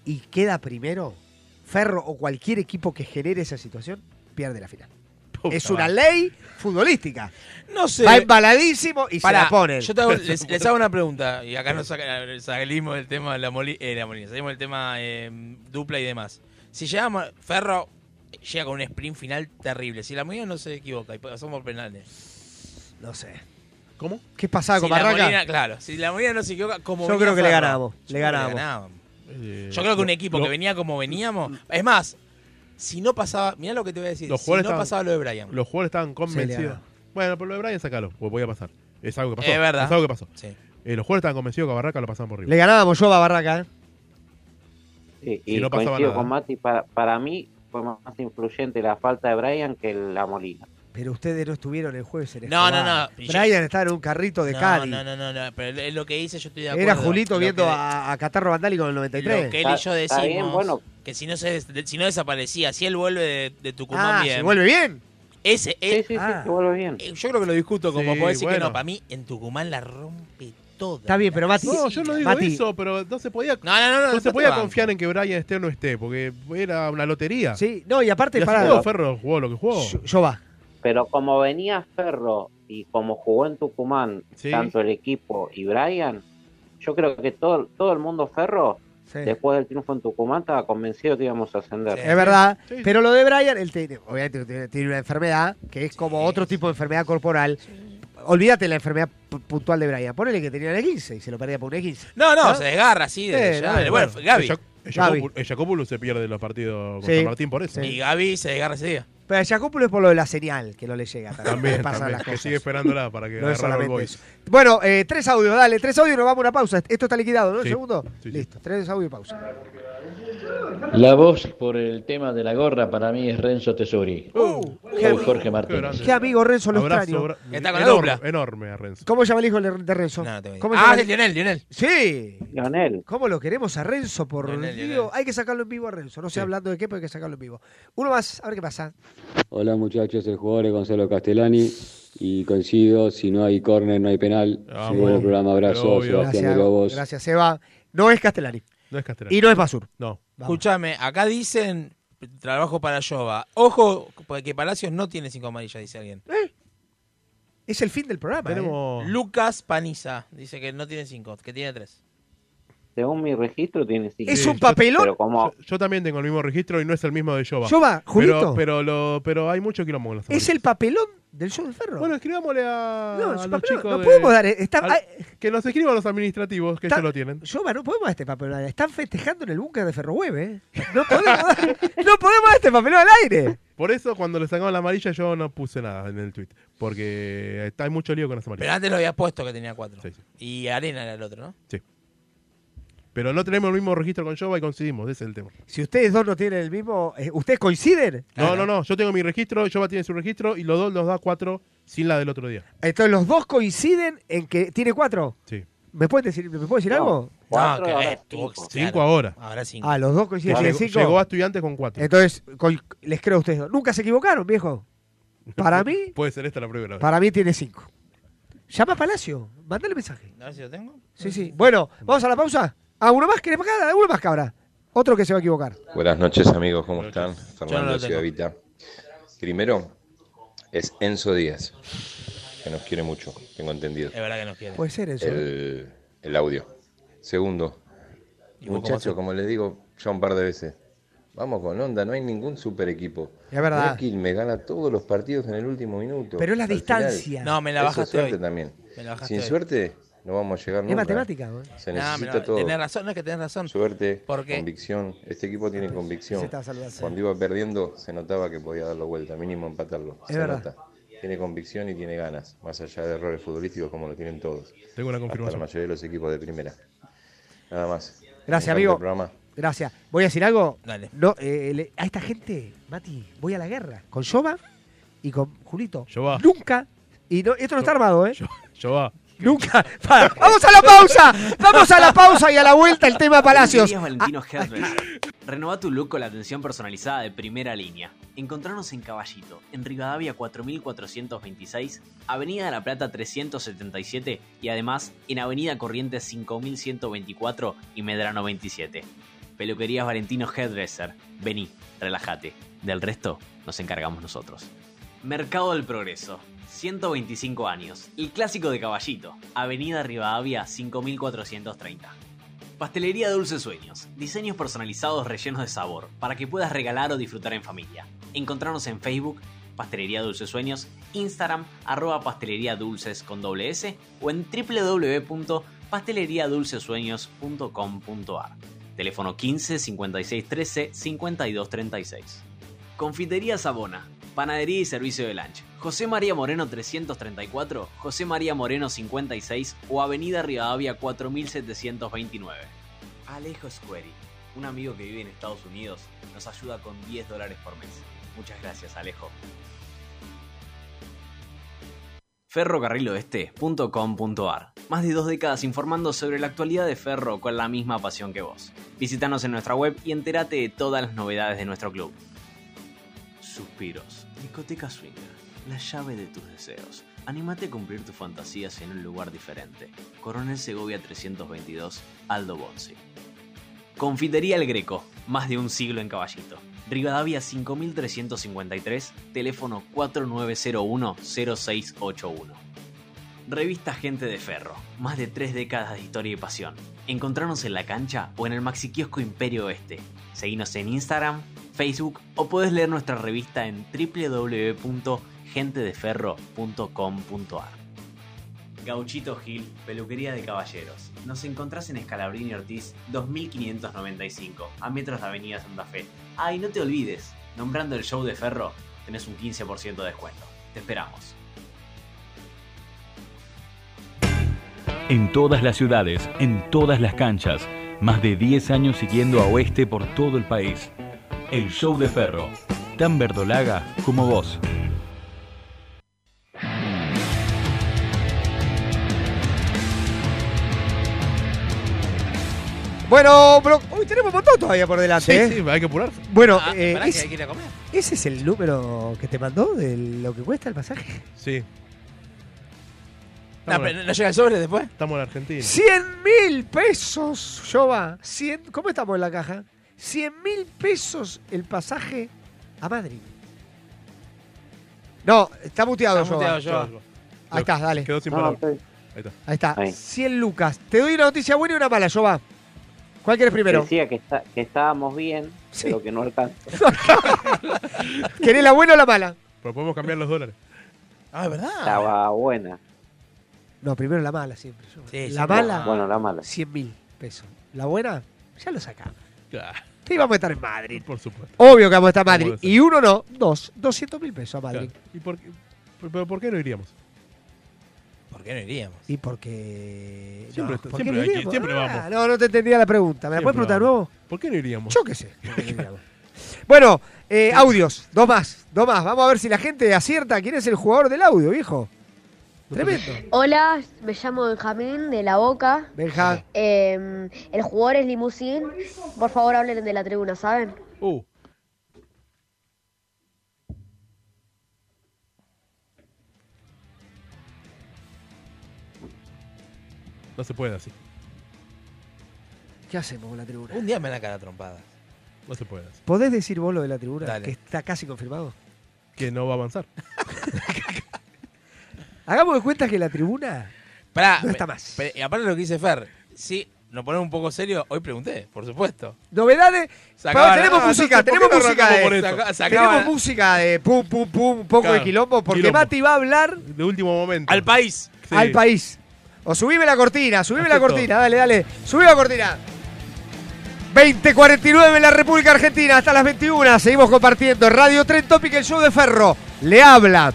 Speaker 2: Y queda primero, Ferro o cualquier equipo que genere esa situación, pierde la final. es una
Speaker 4: madre.
Speaker 2: ley futbolística.
Speaker 4: No sé.
Speaker 2: Va embaladísimo y
Speaker 4: Pará,
Speaker 2: se la ponen.
Speaker 4: Yo te hago- les, les hago una pregunta y acá nos saca- salimos del tema de la, moli, eh, la molina, salimos del tema eh, dupla y demás. Si llegamos, Ferro llega con un sprint final terrible. Si la molina no se equivoca y pasamos por penales.
Speaker 2: No sé.
Speaker 3: ¿Cómo?
Speaker 2: ¿Qué pasaba con
Speaker 4: si la
Speaker 2: Barraca?
Speaker 4: Molina- claro, si la molina no se equivoca, como
Speaker 2: Yo
Speaker 4: venía
Speaker 2: creo que le
Speaker 4: Ferro,
Speaker 2: ganamos,
Speaker 4: yo
Speaker 2: le
Speaker 4: creo que
Speaker 2: ganamos.
Speaker 4: ganábamos. Yo creo que un equipo
Speaker 3: Eh, lo-
Speaker 4: que venía como veníamos. Es más, si no pasaba, mirá lo que te voy a decir.
Speaker 3: Los
Speaker 4: si no
Speaker 3: jugadores estaban-
Speaker 4: pasaba lo de Brian.
Speaker 3: Los jugadores estaban
Speaker 4: Se le
Speaker 3: convencidos.
Speaker 4: gana.
Speaker 3: Bueno, por lo de Brian, sacalo, porque voy a pasar. Es algo que pasó.
Speaker 4: Es verdad.
Speaker 3: algo que pasó.
Speaker 4: Sí.
Speaker 3: Eh, los jugadores estaban convencidos que a Barraca lo pasaban por arriba.
Speaker 2: Le ganábamos yo a Barraca, ¿eh?
Speaker 6: Sí,
Speaker 3: Si
Speaker 6: y
Speaker 3: no pasaba
Speaker 6: coincido
Speaker 3: nada.
Speaker 6: con Mati, para, para mí fue más influyente la falta de Brian que la Molina.
Speaker 2: Pero ustedes no estuvieron el jueves en
Speaker 4: No,
Speaker 2: Escobar.
Speaker 4: no, no.
Speaker 2: Brian estaba en un carrito de
Speaker 4: no,
Speaker 2: Cali.
Speaker 4: No, no, no, no, pero es lo que hice, yo estoy de acuerdo.
Speaker 2: Era Julito
Speaker 4: Lo
Speaker 2: viendo
Speaker 4: que-
Speaker 2: a, a Catarro Vandali con el 93.
Speaker 4: Lo que él y yo decimos
Speaker 6: bueno.
Speaker 4: que si no se des- de- si no desaparecía, si él vuelve de, de Tucumán
Speaker 2: Ah,
Speaker 4: bien.
Speaker 2: si vuelve bien.
Speaker 4: Ese es. Eh,
Speaker 6: sí, se vuelve bien.
Speaker 4: Yo creo que lo discuto como
Speaker 3: Sí,
Speaker 4: puedo decir que
Speaker 3: bueno.
Speaker 4: no, Ah. para mí en Tucumán la rompe toda.
Speaker 2: Está bien, pero Mati.
Speaker 3: No, yo no digo
Speaker 2: Mati,
Speaker 3: eso, pero no se podía,
Speaker 4: Ah, No, no, no, no,
Speaker 3: no se
Speaker 4: después
Speaker 3: podía
Speaker 4: te banco.
Speaker 3: confiar en que Brian esté o no esté, porque era una lotería.
Speaker 2: Sí, no, y aparte,
Speaker 3: Y así
Speaker 2: pará.
Speaker 3: jugó Ferro jugó lo que jugó.
Speaker 2: Yo va.
Speaker 6: Pero como venía Ferro y como jugó en Tucumán,
Speaker 3: Sí.
Speaker 6: tanto el equipo y Brian, yo creo que todo, todo el mundo Ferro,
Speaker 2: Sí.
Speaker 6: después del triunfo en Tucumán, estaba convencido que íbamos a ascender.
Speaker 2: Es verdad, pero lo de Brian, él tiene, obviamente tiene- tiene una enfermedad que es como otro tipo de enfermedad corporal. Olvídate la enfermedad pu- puntual de Brian. Ponele que tenía el 15 y se lo perdía por un 15.
Speaker 4: No, no, se desgarra así de
Speaker 2: Sí,
Speaker 4: ya.
Speaker 2: no,
Speaker 4: Eh, Bueno,
Speaker 2: bueno.
Speaker 4: Gaby.
Speaker 3: Ella-
Speaker 2: Gaby.
Speaker 3: Ella- Jacobulo se pierde los partidos con
Speaker 2: Sí.
Speaker 3: San Martín por eso.
Speaker 4: Y Gaby se desgarra ese día.
Speaker 2: Pero a Jacopulo es por lo de la señal que no le llega.
Speaker 3: También,
Speaker 2: le pasan
Speaker 3: también,
Speaker 2: las
Speaker 3: que
Speaker 2: cosas.
Speaker 3: sigue esperándola para que
Speaker 2: No es
Speaker 3: agarre el
Speaker 2: solamente
Speaker 3: voice.
Speaker 2: Bueno, eh, tres audios, dale, tres audios, nos vamos a una pausa. Esto está liquidado, ¿no? ¿Un
Speaker 8: Sí,
Speaker 2: segundo? Listo, tres audios y pausa.
Speaker 8: La voz por el tema de la gorra para mí es Renzo Tesori.
Speaker 3: Uh,
Speaker 8: Soy Jorge Martínez.
Speaker 2: Qué amigo Renzo, lo
Speaker 3: Abrazo,
Speaker 2: extraño.
Speaker 3: abra-
Speaker 4: Está con la
Speaker 3: enorme,
Speaker 4: dupla.
Speaker 3: Enorme a Renzo.
Speaker 2: ¿Cómo llama el hijo de de Renzo? ¿Cómo
Speaker 4: Ah,
Speaker 2: llama
Speaker 4: es
Speaker 2: el-
Speaker 4: Lionel, Lionel.
Speaker 2: Sí.
Speaker 6: Lionel.
Speaker 2: ¿Cómo lo queremos a Renzo? Por Dios, hay que sacarlo en vivo a Renzo. No sé hablando de qué, pero hay que sacarlo en vivo. Uno más, a ver qué pasa.
Speaker 9: Hola muchachos, el jugador es Gonzalo Castellani y coincido, si no hay córner no hay penal.
Speaker 2: Vamos.
Speaker 3: Ah,
Speaker 9: Muy bueno el programa, abrazo,
Speaker 2: Obvio.
Speaker 9: Sebastián
Speaker 2: Gracias,
Speaker 9: de Lobos.
Speaker 2: Gracias, Seba. No es Castellani.
Speaker 3: No es Castellani.
Speaker 2: Y no es Basur.
Speaker 3: No.
Speaker 4: Escúchame, acá dicen trabajo para Yoba. Ojo, porque Palacios no tiene cinco amarillas, dice alguien.
Speaker 2: ¿Eh? Es el fin ¿eh? del programa.
Speaker 3: Tenemos-
Speaker 4: Lucas Paniza dice que no tiene cinco, que tiene tres.
Speaker 6: Según mi registro, tiene cinco.
Speaker 3: Es un papelón.
Speaker 6: Pero como,
Speaker 3: Yo, yo también tengo el mismo registro y no es el mismo de Jova.
Speaker 2: Jova, Julito.
Speaker 3: Pero, pero, lo- pero hay mucho quilombo con las
Speaker 2: ¿eh? Es el papelón del show del ferro.
Speaker 3: Bueno, escribámosle a,
Speaker 2: No,
Speaker 3: a
Speaker 2: es un
Speaker 3: los
Speaker 2: papelón,
Speaker 3: chicos.
Speaker 2: no
Speaker 3: de-
Speaker 2: podemos dar- eh, está-
Speaker 3: al-
Speaker 2: hay-
Speaker 3: que nos escriban los administrativos, que
Speaker 2: Está-
Speaker 3: ellos lo tienen.
Speaker 2: Jova, no podemos dar este papelón. Están festejando en el búnker de Ferroweb, ¿eh? No podemos, dar, no podemos dar este papelón al aire.
Speaker 3: Por eso, cuando le sacaban la amarilla, yo no puse nada en el tweet. Porque está, hay mucho lío con las amarillas.
Speaker 4: Pero antes lo habías puesto que tenía cuatro.
Speaker 3: Sí, sí.
Speaker 4: Y Arena era el otro, ¿no?
Speaker 3: Pero no tenemos el mismo registro con Jova y coincidimos, ese es el tema.
Speaker 2: Si ustedes dos no tienen el mismo. eh, ¿Ustedes coinciden?
Speaker 3: No, no, no, yo tengo mi registro, Jova tiene su registro y los dos nos da cuatro sin la del otro día.
Speaker 2: Entonces, los dos coinciden en que tiene cuatro.
Speaker 3: Sí.
Speaker 2: ¿Me puedes decir, ¿me puedes decir algo?
Speaker 4: No, que ahora tuvo-
Speaker 3: Cinco ahora.
Speaker 4: Ahora cinco.
Speaker 2: Ah, los dos coinciden
Speaker 3: Llegó-
Speaker 2: en cinco.
Speaker 3: Llegó a estudiantes con cuatro.
Speaker 2: Entonces, coi- les creo a ustedes dos. Nunca se equivocaron, viejo. Para mí,
Speaker 3: Puede ser esta la primera vez.
Speaker 2: para mí tiene cinco. Llama a Palacio, mándale mensaje.
Speaker 4: A ver si lo tengo.
Speaker 2: Sí, sí. Bueno, vamos a la pausa. Ah, uno más, ¿querés acá? Uno más cabra. Otro que se va a equivocar.
Speaker 10: Buenas noches amigos, ¿cómo están?
Speaker 2: Yo no
Speaker 10: Fernando
Speaker 2: lo tengo.
Speaker 10: Ciudadita. Primero es Enzo Díaz, que nos quiere mucho, tengo entendido.
Speaker 4: Es verdad que nos quiere.
Speaker 2: Puede ser Enzo.
Speaker 10: El el audio. Segundo,
Speaker 4: ¿Y vos cómo
Speaker 10: muchacho,
Speaker 4: hacés?
Speaker 10: como le digo yo un par de veces, vamos con onda, no hay ningún super equipo.
Speaker 2: Es verdad.
Speaker 10: Mirá Quilmes gana todos los partidos en el último minuto.
Speaker 2: Pero es la
Speaker 10: Al
Speaker 2: distancia.
Speaker 4: No, me la
Speaker 10: Eso es
Speaker 4: bajaste
Speaker 10: suerte
Speaker 4: hoy.
Speaker 10: también.
Speaker 4: Me la bajaste
Speaker 10: Sin
Speaker 4: hoy.
Speaker 10: suerte no vamos a llegar
Speaker 2: Es
Speaker 10: nunca.
Speaker 2: matemática, güey.
Speaker 10: Se
Speaker 4: No,
Speaker 10: necesita
Speaker 4: pero
Speaker 10: todo.
Speaker 4: tenés razón, no es que tenés razón.
Speaker 10: Suerte,
Speaker 4: Porque-
Speaker 10: convicción. Este equipo tiene
Speaker 4: Se
Speaker 10: convicción.
Speaker 4: está saludando.
Speaker 10: Cuando iba perdiendo, se notaba que podía darlo vuelta, mínimo empatarlo.
Speaker 4: Es
Speaker 10: se
Speaker 4: verdad.
Speaker 10: nota. Tiene convicción y tiene ganas, más allá de errores futbolísticos como lo tienen todos.
Speaker 3: Tengo una
Speaker 10: Hasta
Speaker 3: confirmación.
Speaker 10: la mayoría de los equipos de primera. Nada más.
Speaker 2: Gracias,
Speaker 10: Me encanta el
Speaker 2: amigo.
Speaker 10: programa.
Speaker 2: Gracias. Voy a decir algo.
Speaker 4: Dale.
Speaker 2: No, eh, le- a esta gente, Mati, voy a la guerra. Con Yoba y con Julito.
Speaker 3: Jova.
Speaker 2: Nunca. Y no- esto no está armado, ¿eh?
Speaker 3: Jova.
Speaker 2: Nunca. Para. ¡Vamos a la pausa! ¡Vamos a la pausa y a la vuelta el tema Palacios! Ah,
Speaker 16: Peluquerías Valentino Herrera. Renová tu look con la atención personalizada de primera línea. Encontrarnos en Caballito, en Rivadavia 4426, Avenida de la Plata 377 y además en Avenida Corrientes 5124 y Medrano 27. Peluquerías Valentino Headdresser. Vení, relájate. Del resto nos encargamos nosotros. Mercado del Progreso, 125 años. El clásico de Caballito, Avenida Rivadavia 5430. Pastelería Dulces Sueños. Diseños personalizados rellenos de sabor para que puedas regalar o disfrutar en familia. Encontrarnos en Facebook, Pastelería Dulces Sueños, Instagram, arroba pastelería dulces con doble S o en www.pasteleriadulcesueños.com.ar. Teléfono 15 56 13 52 36. Confitería Sabona. Panadería y servicio de lunch. José María Moreno 334, José María Moreno 56 o Avenida Rivadavia 4729. Alejo Squeri, un amigo que vive en Estados Unidos, nos ayuda con 10 dólares por mes. Muchas gracias, Alejo. ferrocarriloeste.com.ar. Más de dos décadas informando sobre la actualidad de Ferro con la misma pasión que vos. Visítanos en nuestra web y entérate de todas las novedades de nuestro club. Suspiros. Discoteca Swinger. La llave de tus deseos. Anímate a cumplir tus fantasías en un lugar diferente. Coronel Segovia 322, Aldo Bonzi. Confitería El Greco. Más de un siglo en caballito. Rivadavia 5353, teléfono 4901-0681. Revista Gente de Ferro. Más de tres décadas de historia y pasión. Encontrarnos en la cancha o en el maxi kiosco Imperio Este. Seguinos en Instagram, Facebook o puedes leer nuestra revista en www.gentedeferro.com.ar. Gauchito Gil, peluquería de caballeros. Nos encontrás en Escalabrini Ortiz 2595, a metros de Avenida Santa Fe. Ah, y no te olvides, nombrando el show de Ferro, tenés un 15% de descuento. Te esperamos.
Speaker 17: En todas las ciudades, en todas las canchas, más de 10 años siguiendo a Oeste por todo el país. El show de Ferro, tan verdolaga como vos.
Speaker 2: Bueno, bro- uy, tenemos un montón todavía por delante.
Speaker 3: Sí,
Speaker 2: ¿eh?
Speaker 3: sí, hay que apurarse.
Speaker 2: Bueno,
Speaker 4: Ah,
Speaker 2: eh,
Speaker 4: pará, que
Speaker 2: es-
Speaker 4: hay que ir a comer.
Speaker 2: ¿ese es el número que te mandó de lo que cuesta el pasaje?
Speaker 3: Sí.
Speaker 4: No, pero no llega el sobre después.
Speaker 3: Estamos en Argentina.
Speaker 2: 100 mil pesos, Jova. 100, ¿Cómo estamos en la caja? 100 mil pesos el pasaje a Madrid. No, está muteado,
Speaker 4: Está
Speaker 2: Jova.
Speaker 4: muteado, Jova.
Speaker 2: Ahí estás, dale.
Speaker 3: Quedó sin
Speaker 2: No,
Speaker 3: palabras.
Speaker 2: ok.
Speaker 3: Ahí está.
Speaker 2: Ahí está,
Speaker 6: Ahí.
Speaker 2: 100 lucas. Te doy una noticia buena y una mala, Jova. ¿Cuál quieres primero?
Speaker 6: Decía que, está- que estábamos bien, pero que no alcanzó.
Speaker 2: ¿Querés la buena o la mala?
Speaker 3: Pero podemos cambiar los dólares.
Speaker 4: Ah, es verdad.
Speaker 6: Estaba buena.
Speaker 2: No, primero la mala siempre. Jova.
Speaker 4: Sí,
Speaker 2: la
Speaker 4: sí,
Speaker 2: mala,
Speaker 6: Bueno, la mala.
Speaker 2: 100 mil pesos. La buena, ya lo sacamos.
Speaker 3: Claro,
Speaker 2: Sí, vamos a estar en Madrid.
Speaker 3: por supuesto.
Speaker 2: Obvio que vamos a estar en Madrid.
Speaker 3: Vamos a hacer.
Speaker 2: Y uno no, dos. 200 mil pesos a Madrid.
Speaker 3: Claro. ¿Y por qué, pero- pero por qué no iríamos?
Speaker 4: ¿Por qué no iríamos?
Speaker 2: Y porque.
Speaker 3: Siempre
Speaker 2: no,
Speaker 3: está-
Speaker 2: ¿por qué
Speaker 3: siempre
Speaker 2: no
Speaker 3: hay que-
Speaker 2: iríamos?
Speaker 3: siempre
Speaker 2: Ah,
Speaker 3: vamos.
Speaker 2: No, no te entendía la pregunta. ¿Me la
Speaker 3: Siempre
Speaker 2: puedes preguntar de nuevo?
Speaker 3: ¿Por qué no iríamos?
Speaker 2: Yo qué sé. ¿por qué no iríamos? bueno, eh, audios. Dos más. Dos más. Vamos a ver si la gente acierta quién es el jugador del audio, viejo. Tremendo.
Speaker 12: Hola, me llamo Benjamín de La Boca.
Speaker 2: Benja.
Speaker 12: Eh, el jugador es Limusín. Por favor, hablen de la tribuna, ¿saben?
Speaker 3: Uh, no se puede así.
Speaker 2: ¿Qué hacemos con la tribuna?
Speaker 4: Un día me van a cagar a trompadas.
Speaker 3: No se puede así.
Speaker 2: ¿Podés decir vos lo de la tribuna?
Speaker 4: Dale.
Speaker 2: Que está casi confirmado.
Speaker 3: Que no va a avanzar.
Speaker 2: Hagamos de cuenta que la tribuna
Speaker 4: Pará,
Speaker 2: No está
Speaker 4: me- pe- y aparte de lo que dice Fer, si nos ponemos un poco serio, hoy pregunté, por supuesto.
Speaker 2: Novedades.
Speaker 4: Se
Speaker 2: Pará,
Speaker 4: acaba-
Speaker 2: tenemos
Speaker 4: Ah,
Speaker 2: música,
Speaker 4: entonces,
Speaker 2: tenemos
Speaker 4: ¿por qué no
Speaker 2: música
Speaker 4: arrancamos
Speaker 2: de,
Speaker 4: por esto? Se acaba-
Speaker 2: tenemos música de pum, pum, pum, un poco
Speaker 4: Claro,
Speaker 2: de quilombo, porque
Speaker 4: quilombo.
Speaker 2: Mati va a hablar
Speaker 3: De último momento.
Speaker 4: Al país.
Speaker 2: al país. O subime la cortina, subime la
Speaker 3: Perfecto.
Speaker 2: cortina, dale, dale. Subime la cortina. 20.49 en la República Argentina, hasta las 21. Seguimos compartiendo Radio Tren Topic, el show de Ferro. Le habla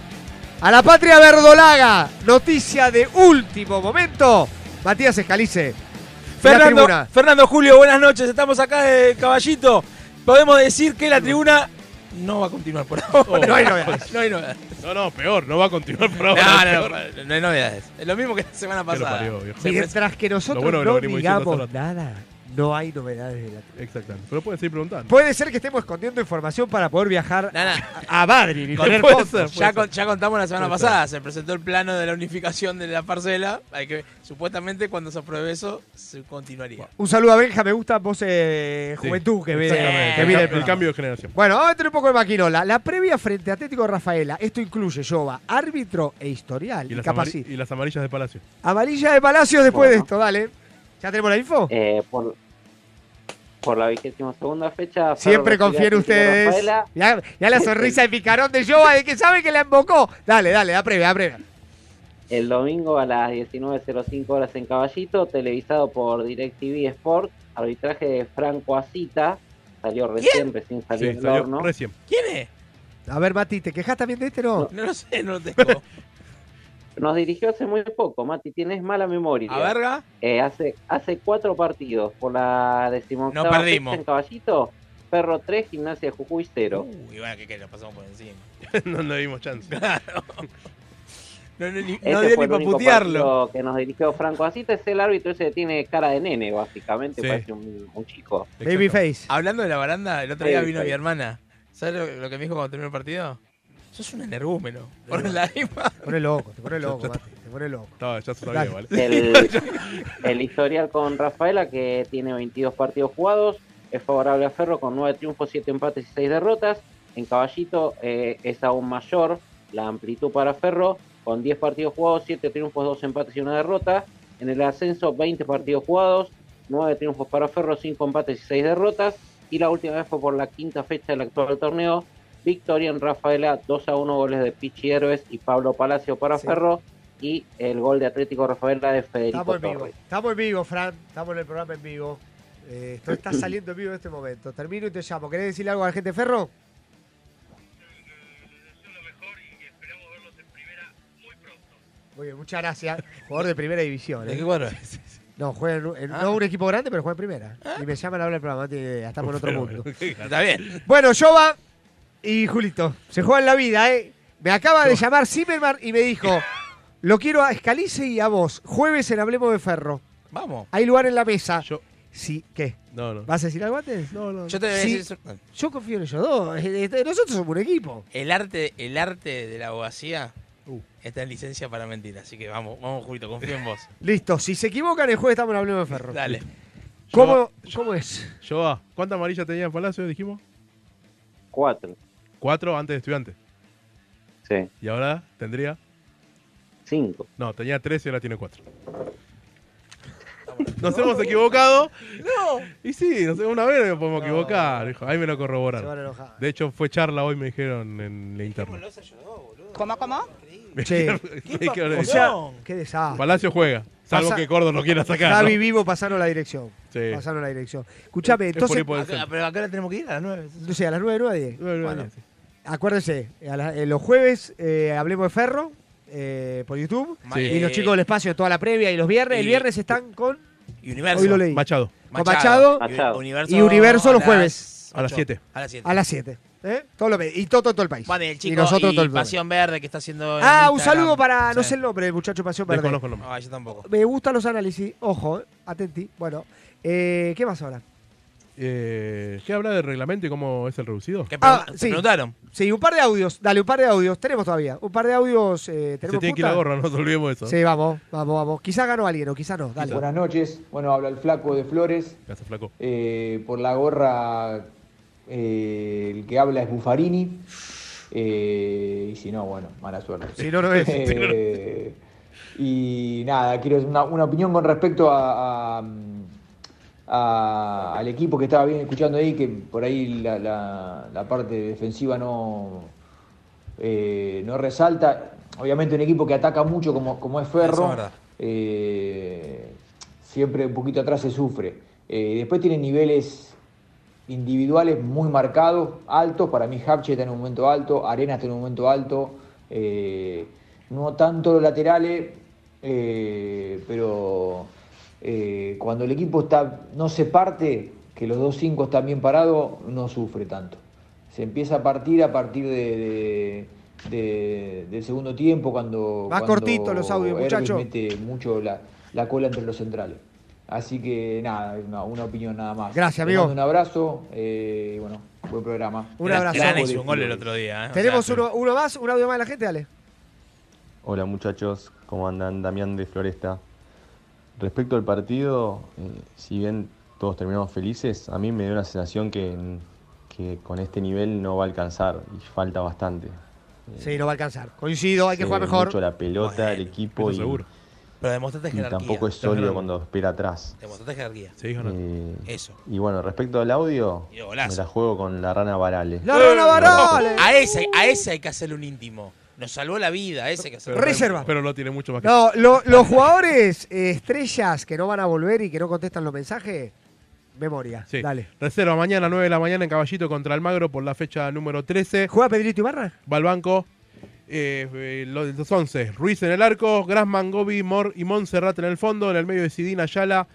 Speaker 2: a la patria verdolaga. Noticia de último momento. Matías Escalice. en la
Speaker 4: Fernando,
Speaker 2: tribuna.
Speaker 4: Fernando Julio, buenas noches. Estamos acá de Caballito. Podemos decir que la tribuna no va a continuar por ahora.
Speaker 3: Oh.
Speaker 4: no hay novedades. No hay novedades.
Speaker 3: No, no, peor, no va a continuar por
Speaker 4: No,
Speaker 3: ahora.
Speaker 4: no,
Speaker 3: peor.
Speaker 4: no, no hay novedades. Es lo mismo que la semana
Speaker 3: Que lo
Speaker 4: pasada.
Speaker 3: parió, viejo.
Speaker 4: Se presenta-
Speaker 2: Mientras que nosotros
Speaker 3: Lo bueno que lo
Speaker 2: no
Speaker 3: venimos diciendo
Speaker 2: digamos
Speaker 3: hace
Speaker 2: nada, no hay novedades de la
Speaker 3: Exactamente. Pero pueden seguir preguntando.
Speaker 2: Puede ser que estemos escondiendo información para poder viajar
Speaker 4: No, no.
Speaker 2: a Madrid y
Speaker 4: Con-
Speaker 2: tener
Speaker 4: puede
Speaker 2: fotos.
Speaker 4: ser,
Speaker 2: Ya
Speaker 4: ya, con- ya contamos la semana
Speaker 2: Puede
Speaker 4: pasada, se presentó el plano de la unificación de la parcela. Hay que, supuestamente cuando se apruebe eso, se continuaría.
Speaker 2: Un saludo a Benja, me gusta vos, eh,
Speaker 3: Sí,
Speaker 2: Juventud, que ve,
Speaker 3: exactamente.
Speaker 2: que mira el,
Speaker 3: El cam- el
Speaker 2: programa.
Speaker 3: cambio de generación.
Speaker 2: Bueno, vamos a meter un poco de maquinola. La previa frente a Atlético Rafaela, esto incluye Yoba, árbitro e historial.
Speaker 3: Y
Speaker 2: Y,
Speaker 3: las,
Speaker 2: capaz
Speaker 3: amari-
Speaker 2: sí.
Speaker 3: y las amarillas de Palacio.
Speaker 2: Amarilla de Palacios después de
Speaker 6: Bueno.
Speaker 2: esto, dale. ¿Ya tenemos la info?
Speaker 6: Eh, por, por la vigésima segunda fecha.
Speaker 2: Siempre
Speaker 6: Ferro
Speaker 2: confían
Speaker 6: recibe a Atlético
Speaker 2: ustedes.
Speaker 6: Rafaela.
Speaker 2: Ya, ya la sonrisa de picarón de Yoba, de que sabe que la embocó. Dale, dale, da previa, da previa.
Speaker 6: El domingo a las 19.05 horas en Caballito, televisado por DirecTV Sport, arbitraje de Franco Asita. Salió recién, recién salió
Speaker 3: Sí,
Speaker 6: del
Speaker 3: salió
Speaker 6: horno.
Speaker 3: recién.
Speaker 4: ¿Quién es?
Speaker 2: A ver, Mati, ¿te quejas también de este? No.
Speaker 4: No lo sé, no lo tengo.
Speaker 6: Nos dirigió hace muy poco, Mati, tienes mala memoria.
Speaker 4: A verga.
Speaker 6: Eh, hace, hace cuatro partidos por la decimoctava
Speaker 4: No perdimos.
Speaker 6: fecha
Speaker 4: Uh.
Speaker 6: en Caballito. Perro 3, Gimnasia de Jujuy 0.
Speaker 4: Uy, bueno, que, que lo pasamos por encima.
Speaker 3: no, no dimos chance.
Speaker 4: Claro. No, no, ni-
Speaker 6: Ese
Speaker 4: no dio
Speaker 6: fue el
Speaker 4: ni para
Speaker 6: único
Speaker 4: putearlo.
Speaker 6: partido que nos dirigió Franco Asita. Es el árbitro ese que tiene cara de nene, básicamente.
Speaker 4: Sí.
Speaker 6: Parece un, un chico.
Speaker 2: Babyface.
Speaker 4: Hablando de la baranda, el otro día
Speaker 6: Sí,
Speaker 4: vino
Speaker 6: sí.
Speaker 4: mi hermana. ¿Sabes lo, lo que me dijo cuando terminó el partido? Sos un energúmeno. Por la misma.
Speaker 2: Te pone loco, te pone loco, Mati, te pone loco.
Speaker 3: Estaba, ya se sabía, ¿vale?
Speaker 6: El, el historial con Rafaela, que tiene 22 partidos jugados, es favorable a Ferro con 9 triunfos, 7 empates y 6 derrotas. En Caballito eh, es aún mayor la amplitud para Ferro, con 10 partidos jugados, 7 triunfos, 2 empates y 1 derrota. En el ascenso, 20 partidos jugados, 9 triunfos para Ferro, 5 empates y 6 derrotas. Y la última vez fue por la quinta fecha del actual torneo. Victoria en Rafaela, 2 a 1 goles de Pichi Héroes y Pablo Palacio para
Speaker 2: Sí.
Speaker 6: Ferro y el gol de Atlético Rafaela de Federico
Speaker 2: Estamos en vivo,
Speaker 6: Torres.
Speaker 2: estamos en vivo, Fran. Estamos en el programa en vivo. Eh, esto está saliendo en vivo en este momento. Termino y te llamo. ¿Querés decirle algo a la gente de Ferro? Muy bien, muchas gracias. Jugador de primera división.
Speaker 4: ¿De
Speaker 2: ¿eh?
Speaker 4: qué cuadro es?
Speaker 2: No, juega en, un- en-
Speaker 4: Ah.
Speaker 2: no un equipo grande, pero juega en primera. Y me llaman a hablar del programa, no tiene idea, estamos en otro mundo.
Speaker 4: Está bien.
Speaker 2: Bueno, Jova y Julito, se juegan la vida, ¿eh? Me acaba de llamar Zimmerman y me dijo, lo quiero a Escalice y a vos, jueves en Hablemos de Ferro.
Speaker 4: Vamos.
Speaker 2: Hay lugar en la mesa.
Speaker 3: Yo-
Speaker 2: Sí, ¿qué?
Speaker 3: No, no.
Speaker 2: ¿Vas a decir algo antes? No, no.
Speaker 4: Yo te voy a
Speaker 2: Sí,
Speaker 4: decir.
Speaker 2: Yo confío en ellos dos. Eh, eh, Nosotros somos un equipo.
Speaker 4: El arte, el arte de la abogacía
Speaker 3: Uh.
Speaker 4: está en licencia para mentir. Así que vamos, vamos, Julito, confío en vos.
Speaker 2: Listo, si se equivocan el jueves estamos en Hablemos de Ferro.
Speaker 4: Dale.
Speaker 2: ¿Cómo, ¿Cómo es?
Speaker 3: Yo, ¿cuánta amarilla tenía en Palacio? Dijimos.
Speaker 6: Cuatro,
Speaker 3: Cuatro antes de estudiante.
Speaker 6: sí,
Speaker 3: Y ahora tendría.
Speaker 6: cinco.
Speaker 3: No, tenía tres y ahora tiene cuatro. Nos hemos equivocado.
Speaker 4: No.
Speaker 3: Y sí, nos- una vez nos podemos
Speaker 2: No.
Speaker 3: equivocar, hijo. Ahí me lo
Speaker 2: Se van a
Speaker 3: corroboraron.
Speaker 2: enojar.
Speaker 3: De hecho, fue charla hoy, me dijeron en la interna.
Speaker 13: ¿Cómo, cómo?
Speaker 3: Me
Speaker 2: Che.
Speaker 3: dijeron- me dijeron
Speaker 2: O
Speaker 3: eso.
Speaker 2: sea, qué desastre.
Speaker 3: Ah. Palacio juega. Salvo
Speaker 2: Pasa-
Speaker 3: que Gordo no quiera sacar.
Speaker 2: Javi
Speaker 3: ¿no?
Speaker 2: vivo, pasaron la dirección.
Speaker 3: Sí.
Speaker 2: Pasaron la dirección. Escuchame,
Speaker 3: Es por
Speaker 2: entonces,
Speaker 3: ahí por el
Speaker 4: Acá-
Speaker 3: centro.
Speaker 4: pero acá la tenemos que ir a las nueve.
Speaker 2: no sé, a las 9, 9 10.
Speaker 3: Nueve, nueve,
Speaker 2: Bueno,
Speaker 3: diez, sí.
Speaker 2: acuérdense, a la- eh, los jueves eh, hablemos de ferro eh, por YouTube.
Speaker 4: Sí.
Speaker 2: Y los chicos del espacio, toda la previa. Y los viernes, el viernes están con,
Speaker 4: Universo.
Speaker 2: Hoy lo leí.
Speaker 3: Machado.
Speaker 2: con Machado
Speaker 6: Machado.
Speaker 4: Universo
Speaker 2: y Universo
Speaker 4: a
Speaker 2: los
Speaker 4: las
Speaker 2: jueves.
Speaker 3: A las
Speaker 4: ocho.
Speaker 3: siete.
Speaker 4: A las 7.
Speaker 2: a las 7. ¿eh? Todo lo- y todo, todo el país.
Speaker 4: Vale, el chico
Speaker 2: y nosotros
Speaker 4: y
Speaker 2: todo el país.
Speaker 4: Pasión Verde que está haciendo. en
Speaker 2: Ah, un
Speaker 4: Instagram.
Speaker 2: saludo para, no
Speaker 4: Sí.
Speaker 2: sé el nombre, del muchacho Pasión Verde.
Speaker 3: Desconozco el nombre.
Speaker 4: Ah, yo tampoco.
Speaker 2: Me gustan los análisis, ojo, eh, atenti. Bueno, eh, ¿qué más ahora?
Speaker 3: Eh, ¿Qué habla del reglamento y cómo es el reducido?
Speaker 4: ¿Qué
Speaker 2: Ah,
Speaker 4: pregun- te
Speaker 2: sí.
Speaker 4: preguntaron?
Speaker 2: Sí, un par de audios. Dale, un par de audios. Tenemos todavía. Un par de audios. eh,
Speaker 3: Se
Speaker 2: ¿Tenemos
Speaker 3: tiene que ir
Speaker 2: punta?
Speaker 3: la gorra, no nos olvidemos de eso.
Speaker 2: Sí, vamos, vamos, vamos. Quizá ganó alguien o quizá no. Dale.
Speaker 14: Buenas noches, bueno, habla el flaco de Flores.
Speaker 3: Gracias, flaco.
Speaker 14: Eh, por la gorra, eh, el que habla es Buffarini. Eh, y si no, bueno, mala suerte.
Speaker 2: Si no, no es.
Speaker 14: Eh, Y nada, quiero una, una opinión con respecto a, a- a- al equipo que estaba bien escuchando ahí, que por ahí la, la- la parte defensiva no, eh, no resalta. Obviamente un equipo que ataca mucho como, como es
Speaker 4: Eso es
Speaker 14: Ferro,
Speaker 4: verdad.
Speaker 14: eh, siempre un poquito atrás se sufre. Eh, después tiene niveles individuales muy marcados, altos. Para mí, Hapche está en un momento alto, Arenas está en un momento alto. eh, no tanto los laterales, eh, pero eh, cuando el equipo está, no se parte, que los dos cinco están bien parados, no sufre tanto. Se empieza a partir a partir de, de- de- del segundo tiempo cuando.
Speaker 2: Más
Speaker 14: cuando
Speaker 2: cortito los audios,
Speaker 14: Erwin
Speaker 2: muchacho.
Speaker 14: mete mucho la, la cola entre los centrales. Así que nada, una, una opinión nada más.
Speaker 2: Gracias,
Speaker 14: Les
Speaker 2: amigo.
Speaker 14: mando Un abrazo eh, y bueno, buen programa.
Speaker 2: Un abrazo.
Speaker 4: Gran hizo un gol el otro día. ¿eh? O
Speaker 2: Tenemos
Speaker 4: sea,
Speaker 2: uno, uno más, un audio más de la gente, dale.
Speaker 13: Hola muchachos, ¿cómo andan? Damián de Floresta. Respecto al partido, eh, si bien todos terminamos felices, a mí me dio la sensación que, que con este nivel no va a alcanzar y falta bastante.
Speaker 2: Sí, no va a alcanzar. Coincido, hay que
Speaker 13: Se
Speaker 2: jugar
Speaker 13: ve
Speaker 2: mejor.
Speaker 13: mucho la pelota, el equipo
Speaker 2: eso
Speaker 13: y,
Speaker 2: seguro.
Speaker 4: Pero demostraste
Speaker 13: y
Speaker 4: jerarquía.
Speaker 13: tampoco es
Speaker 4: Estás
Speaker 13: sólido
Speaker 4: ganando.
Speaker 13: cuando espera atrás.
Speaker 4: Demostraste jerarquía.
Speaker 13: Eh,
Speaker 4: Eso.
Speaker 13: Y bueno, respecto al audio,
Speaker 4: Y
Speaker 13: me
Speaker 4: golazo.
Speaker 13: la juego con la rana Barale.
Speaker 2: ¡La Rana Barale!
Speaker 4: A ese, a ese hay que hacerle un íntimo. Nos salvó la vida, a ese hay que hacerle un
Speaker 2: Reserva.
Speaker 3: Pero no tiene mucho más que
Speaker 2: No, lo- los jugadores eh, estrellas que no van a volver y que no contestan los mensajes, memoria.
Speaker 3: Sí.
Speaker 2: Dale.
Speaker 3: Reserva mañana, 9 de la mañana en Caballito contra Almagro por la fecha número 13.
Speaker 2: ¿Juega Pedrito Ibarra?
Speaker 3: Va al banco. Eh, eh, los, los 11. Ruiz en el arco, Grassman, Gobi, Mor y Montserrat en el fondo. En el medio de Sidina Ayala,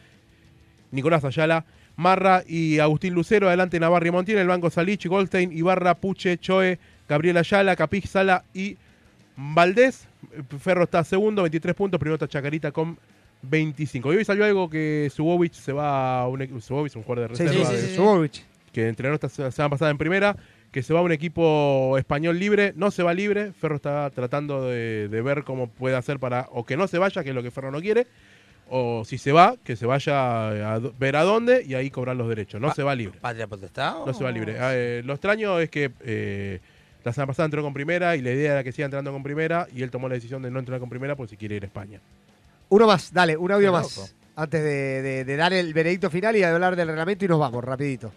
Speaker 3: Nicolás Ayala, Marra y Agustín Lucero. Adelante Navarri y Montiel. En el banco Salich, Goldstein, Ibarra, Puche, Choe, Gabriel Ayala, Capiz, Sala y Valdés. Ferro está segundo, 23 puntos. Primero está Chacarita con 25. Y hoy salió algo que Subovic se va a un, equ- Subovic, un jugador de
Speaker 2: Sí,
Speaker 3: reserva.
Speaker 2: sí, sí,
Speaker 3: de-
Speaker 2: sí, Subovic.
Speaker 3: que entrenó esta se- semana pasada en primera, que se va a un equipo español libre, no se va libre, Ferro está tratando de, de ver cómo puede hacer para, o que no se vaya, que es lo que Ferro no quiere, o si se va, que se vaya a do- ver a dónde y ahí cobrar los derechos, no se va libre.
Speaker 4: ¿Patria potestad?
Speaker 3: No se va libre. Ah, eh, lo extraño es que eh, la semana pasada entró con primera y la idea era que siga entrando con primera y él tomó la decisión de no entrar con primera porque si quiere ir a España.
Speaker 2: Uno más, dale, un audio
Speaker 3: Qué
Speaker 2: más.
Speaker 3: loco.
Speaker 2: Antes de, de- de dar el veredicto final y de hablar del reglamento y nos vamos, rapidito.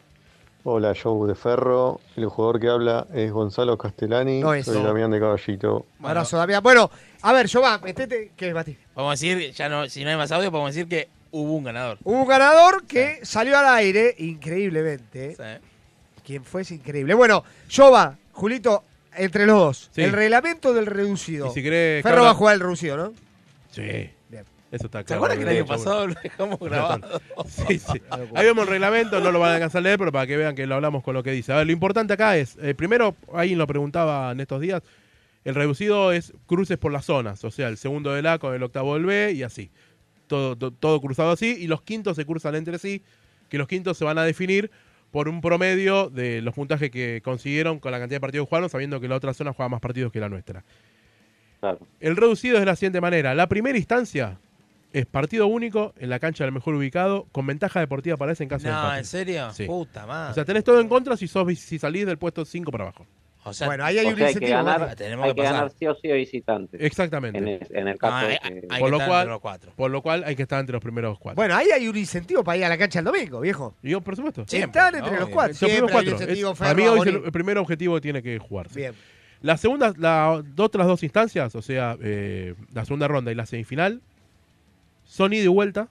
Speaker 16: Hola, Joe de Ferro. El jugador que habla es Gonzalo Castellani.
Speaker 2: No es.
Speaker 16: Soy
Speaker 2: No.
Speaker 16: Damián de Caballito.
Speaker 2: Abrazo, Damián. Bueno, a ver, Jován, metete. ¿Qué, Mati?
Speaker 4: Vamos a decir, ya no, si no hay más audio, podemos decir que hubo un ganador.
Speaker 2: Hubo un ganador que salió al aire, increíblemente. Quien fue es increíble. Bueno, Jova, Julito, entre los dos.
Speaker 3: Sí.
Speaker 2: El reglamento del reducido.
Speaker 3: Y si querés,
Speaker 2: Ferro
Speaker 3: Carla-
Speaker 2: va a jugar el reducido, ¿no?
Speaker 3: Sí.
Speaker 2: Bien.
Speaker 3: Eso está claro.
Speaker 4: ¿Se acuerdan que el
Speaker 3: Bien,
Speaker 4: año
Speaker 3: chabón.
Speaker 4: pasado lo dejamos grabado?
Speaker 3: Sí, sí. Ahí vemos el reglamento, no lo van a alcanzar a leer, pero para que vean que lo hablamos con lo que dice. A ver, lo importante acá es, eh, primero, ahí lo preguntaba en estos días, el reducido es cruces por las zonas, o sea, el segundo del A con el octavo del B y así. Todo, to- todo cruzado así, y los quintos se cruzan entre sí, que los quintos se van a definir por un promedio de los puntajes que consiguieron con la cantidad de partidos que jugaron, sabiendo que la otra zona juega más partidos que la nuestra. El reducido es de la siguiente manera. La primera instancia es partido único en la cancha del mejor ubicado, con ventaja deportiva para ese en caso de
Speaker 4: No,
Speaker 3: Ah, empate.
Speaker 4: ¿en serio?
Speaker 3: Sí.
Speaker 4: Puta madre.
Speaker 3: O sea, tenés todo en contra si, sos, si salís del puesto 5 para abajo.
Speaker 4: O sea,
Speaker 2: bueno, ahí hay
Speaker 6: O
Speaker 2: un
Speaker 6: sea, hay que
Speaker 2: incentivo.
Speaker 6: ganar,
Speaker 2: Mati.
Speaker 6: hay que ganar sí o sí de visitante.
Speaker 3: Exactamente.
Speaker 6: En el, en el caso de
Speaker 4: Ah,
Speaker 6: que-
Speaker 3: por, lo cual, por lo cual hay que estar entre los primeros cuatro.
Speaker 2: Bueno, ahí hay un incentivo para ir a la cancha el domingo, viejo.
Speaker 3: Yo, por supuesto.
Speaker 2: Están entre los cuatro.
Speaker 3: Son primeros cuatro. Es- para mí hoy es el, el primer objetivo que tiene que jugarse.
Speaker 2: Bien.
Speaker 3: La segunda, las otras dos instancias, o sea, eh, la segunda ronda y la semifinal, son ida y vuelta,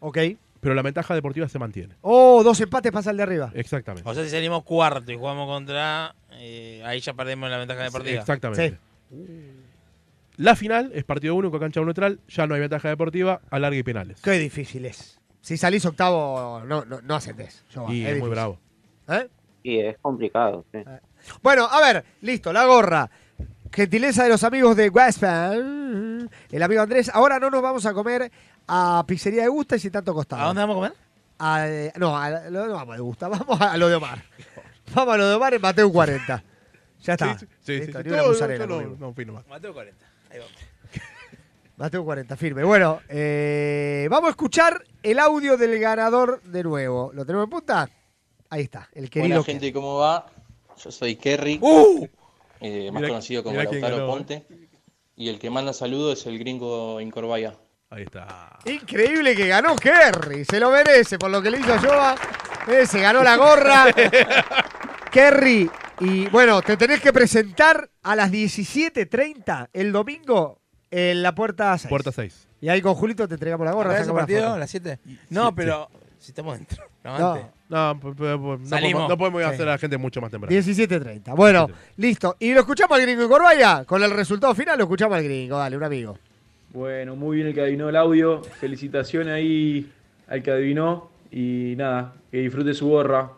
Speaker 2: Ok.
Speaker 3: pero la ventaja deportiva se mantiene.
Speaker 2: Oh, dos empates pasa el de arriba.
Speaker 3: Exactamente.
Speaker 4: O sea, si salimos cuarto y jugamos contra, eh, ahí ya perdemos la ventaja deportiva.
Speaker 3: Exactamente. La final es partido único, cancha neutral, ya no hay ventaja deportiva, alargue y penales.
Speaker 2: Qué difícil es. Si salís octavo, no, no, no ascendés. Jova,
Speaker 3: Y
Speaker 2: es ¿Eh?
Speaker 3: es muy
Speaker 2: difícil.
Speaker 3: bravo.
Speaker 6: Sí, ¿Eh? es complicado. sí.
Speaker 2: Eh. Bueno, a ver, listo, la gorra. Gentileza de los amigos de Westpan. El amigo Andrés. Ahora no nos vamos a comer a Pizzería de Gusta y si tanto costado. ¿A dónde
Speaker 4: vamos a comer?
Speaker 2: no, a lo, no vamos de Gusta, vamos a lo de Omar. Vamos a lo de Omar en Mateo 40. Ya está.
Speaker 3: Sí, sí, sí,
Speaker 2: Listo,
Speaker 3: sí.
Speaker 2: ni una
Speaker 3: No, no,
Speaker 2: mozzarella
Speaker 3: yo no-
Speaker 2: comimos.
Speaker 3: no opino más.
Speaker 4: Mateo 40. Ahí vamos.
Speaker 2: Mateo 40, firme. Bueno, eh, vamos a escuchar el audio del ganador de nuevo. ¿Lo tenemos en punta? Ahí está, el querido.
Speaker 21: Hola gente, ¿cómo va? Yo soy Kerry, eh, más
Speaker 2: Mirá-
Speaker 21: conocido como
Speaker 2: ¡Uh! mirá quién
Speaker 21: Lautaro
Speaker 2: ganó, eh.
Speaker 21: Ponte. Y el que manda saludo es el gringo Incorvaya.
Speaker 3: Ahí está.
Speaker 2: Increíble que ganó Kerry. Se lo merece por lo que le hizo a Joa. Eh, se ganó la gorra. Kerry. Y bueno, te tenés que presentar a las 17.30 el domingo en la puerta 6.
Speaker 3: Puerta 6.
Speaker 2: Y ahí con Julito te entregamos la gorra.
Speaker 4: ¿Arranca ese
Speaker 2: sacamos la
Speaker 4: partido
Speaker 2: foto.
Speaker 4: a las 7? No, pero si estamos dentro. No,
Speaker 2: No.
Speaker 4: antes.
Speaker 3: No, p- p- p- no podemos-
Speaker 4: Salimos.
Speaker 3: no podemos
Speaker 4: Sí.
Speaker 3: hacer a la gente mucho más temprano.
Speaker 2: 17.30. Bueno, listo. Y lo escuchamos al gringo Corbaya. Con el resultado final lo escuchamos al gringo. Dale, un amigo.
Speaker 15: Bueno, muy bien el que adivinó el audio. Felicitaciones ahí al que adivinó. Y nada, que disfrute su gorra.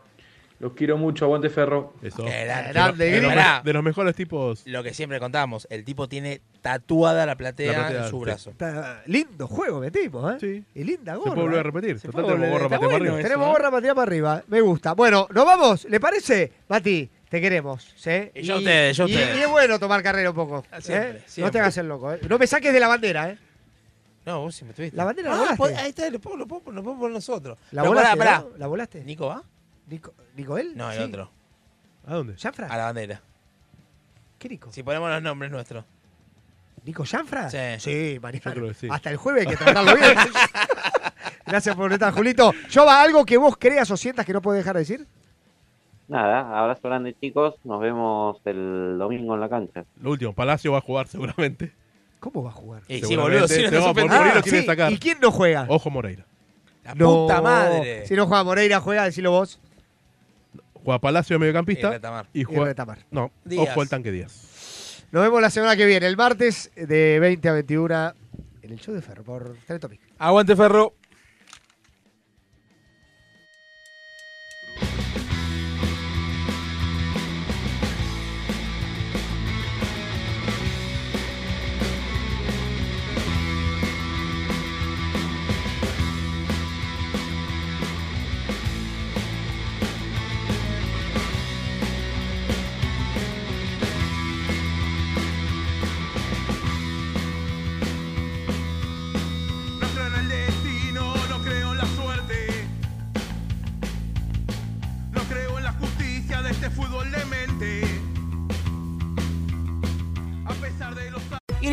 Speaker 15: Los quiero mucho, aguante ferro.
Speaker 3: Eso.
Speaker 4: Grande,
Speaker 3: de, los,
Speaker 4: Pará.
Speaker 3: de los mejores tipos.
Speaker 4: Lo que siempre contamos, el tipo tiene tatuada la platea,
Speaker 3: La platea,
Speaker 4: en su
Speaker 3: sí.
Speaker 4: brazo.
Speaker 2: Está lindo juego metimos, ¿eh? Sí. Y linda gorra.
Speaker 3: puede volver a
Speaker 2: ¿eh?
Speaker 3: repetir.
Speaker 2: Se
Speaker 3: Total,
Speaker 2: puede
Speaker 3: tenemos
Speaker 2: volver-
Speaker 3: gorra
Speaker 2: está
Speaker 3: para tirar para
Speaker 2: bueno,
Speaker 3: arriba.
Speaker 2: Tenemos
Speaker 3: Eso, ¿eh?
Speaker 2: gorra para tirar para arriba. Me gusta. Bueno, nos vamos. ¿Le parece? Mati, te queremos. ¿sí?
Speaker 4: Y Eh, yo a ustedes, yo a
Speaker 2: y-
Speaker 4: ustedes. Ah,
Speaker 2: y es bueno tomar carrera un poco. ¿eh?
Speaker 4: Siempre,
Speaker 2: No te
Speaker 4: siempre.
Speaker 2: hagas el loco. ¿eh? No me saques de la bandera, ¿eh?
Speaker 4: No, vos sí me tuviste.
Speaker 2: La bandera la
Speaker 4: Ah,
Speaker 2: volaste.
Speaker 4: po- Ahí está, lo podemos, lo podemos- lo podemos poner nosotros.
Speaker 2: ¿La
Speaker 4: Pero
Speaker 2: volaste?
Speaker 4: pará,
Speaker 2: no?
Speaker 4: pará.
Speaker 2: ¿La volaste?
Speaker 4: ¿Nico va?
Speaker 2: ¿Nico, ¿Nicoel?
Speaker 4: No, el
Speaker 2: Sí.
Speaker 4: otro.
Speaker 3: ¿A dónde?
Speaker 2: ¿Yanfra?
Speaker 4: A la bandera.
Speaker 2: ¿Qué Nico?
Speaker 4: Si ponemos los nombres nuestros.
Speaker 2: ¿Nico Yanfra?
Speaker 4: Sí.
Speaker 2: Sí, Mariano.
Speaker 4: Yo creo que sí.
Speaker 2: Hasta el jueves hay que tratarlo bien. Gracias por estar, Julito. Jova, ¿algo que vos creas o sientas que no puedes dejar de decir?
Speaker 6: Nada, abrazo grande chicos, nos vemos el domingo en la cancha.
Speaker 3: Lo último, Palacio va a jugar seguramente.
Speaker 2: ¿Cómo va a jugar?
Speaker 4: Y Eh, sí,
Speaker 3: Seguramente
Speaker 4: boludo, si no
Speaker 3: se
Speaker 4: está
Speaker 3: va a
Speaker 4: suspendido.
Speaker 3: morir, lo
Speaker 4: Ah,
Speaker 3: quieren
Speaker 4: sí,
Speaker 3: sacar.
Speaker 2: ¿Y quién no juega?
Speaker 3: Ojo Moreira.
Speaker 4: La
Speaker 2: No.
Speaker 4: puta madre.
Speaker 2: Si no juega Moreira, juega, decilo vos.
Speaker 3: Juega Palacio de mediocampista.
Speaker 4: Y Retamar.
Speaker 3: Y juega-
Speaker 2: Y Retamar.
Speaker 3: No,
Speaker 2: Díaz.
Speaker 3: ojo el tanque Díaz.
Speaker 2: Nos vemos la semana que viene, el martes de 20 a 21 en el show de Ferro por Teletopic.
Speaker 4: Aguante, Ferro.
Speaker 18: No creo en el destino, no creo en la suerte. No creo en la justicia de este fútbol demente. A pesar de los
Speaker 23: It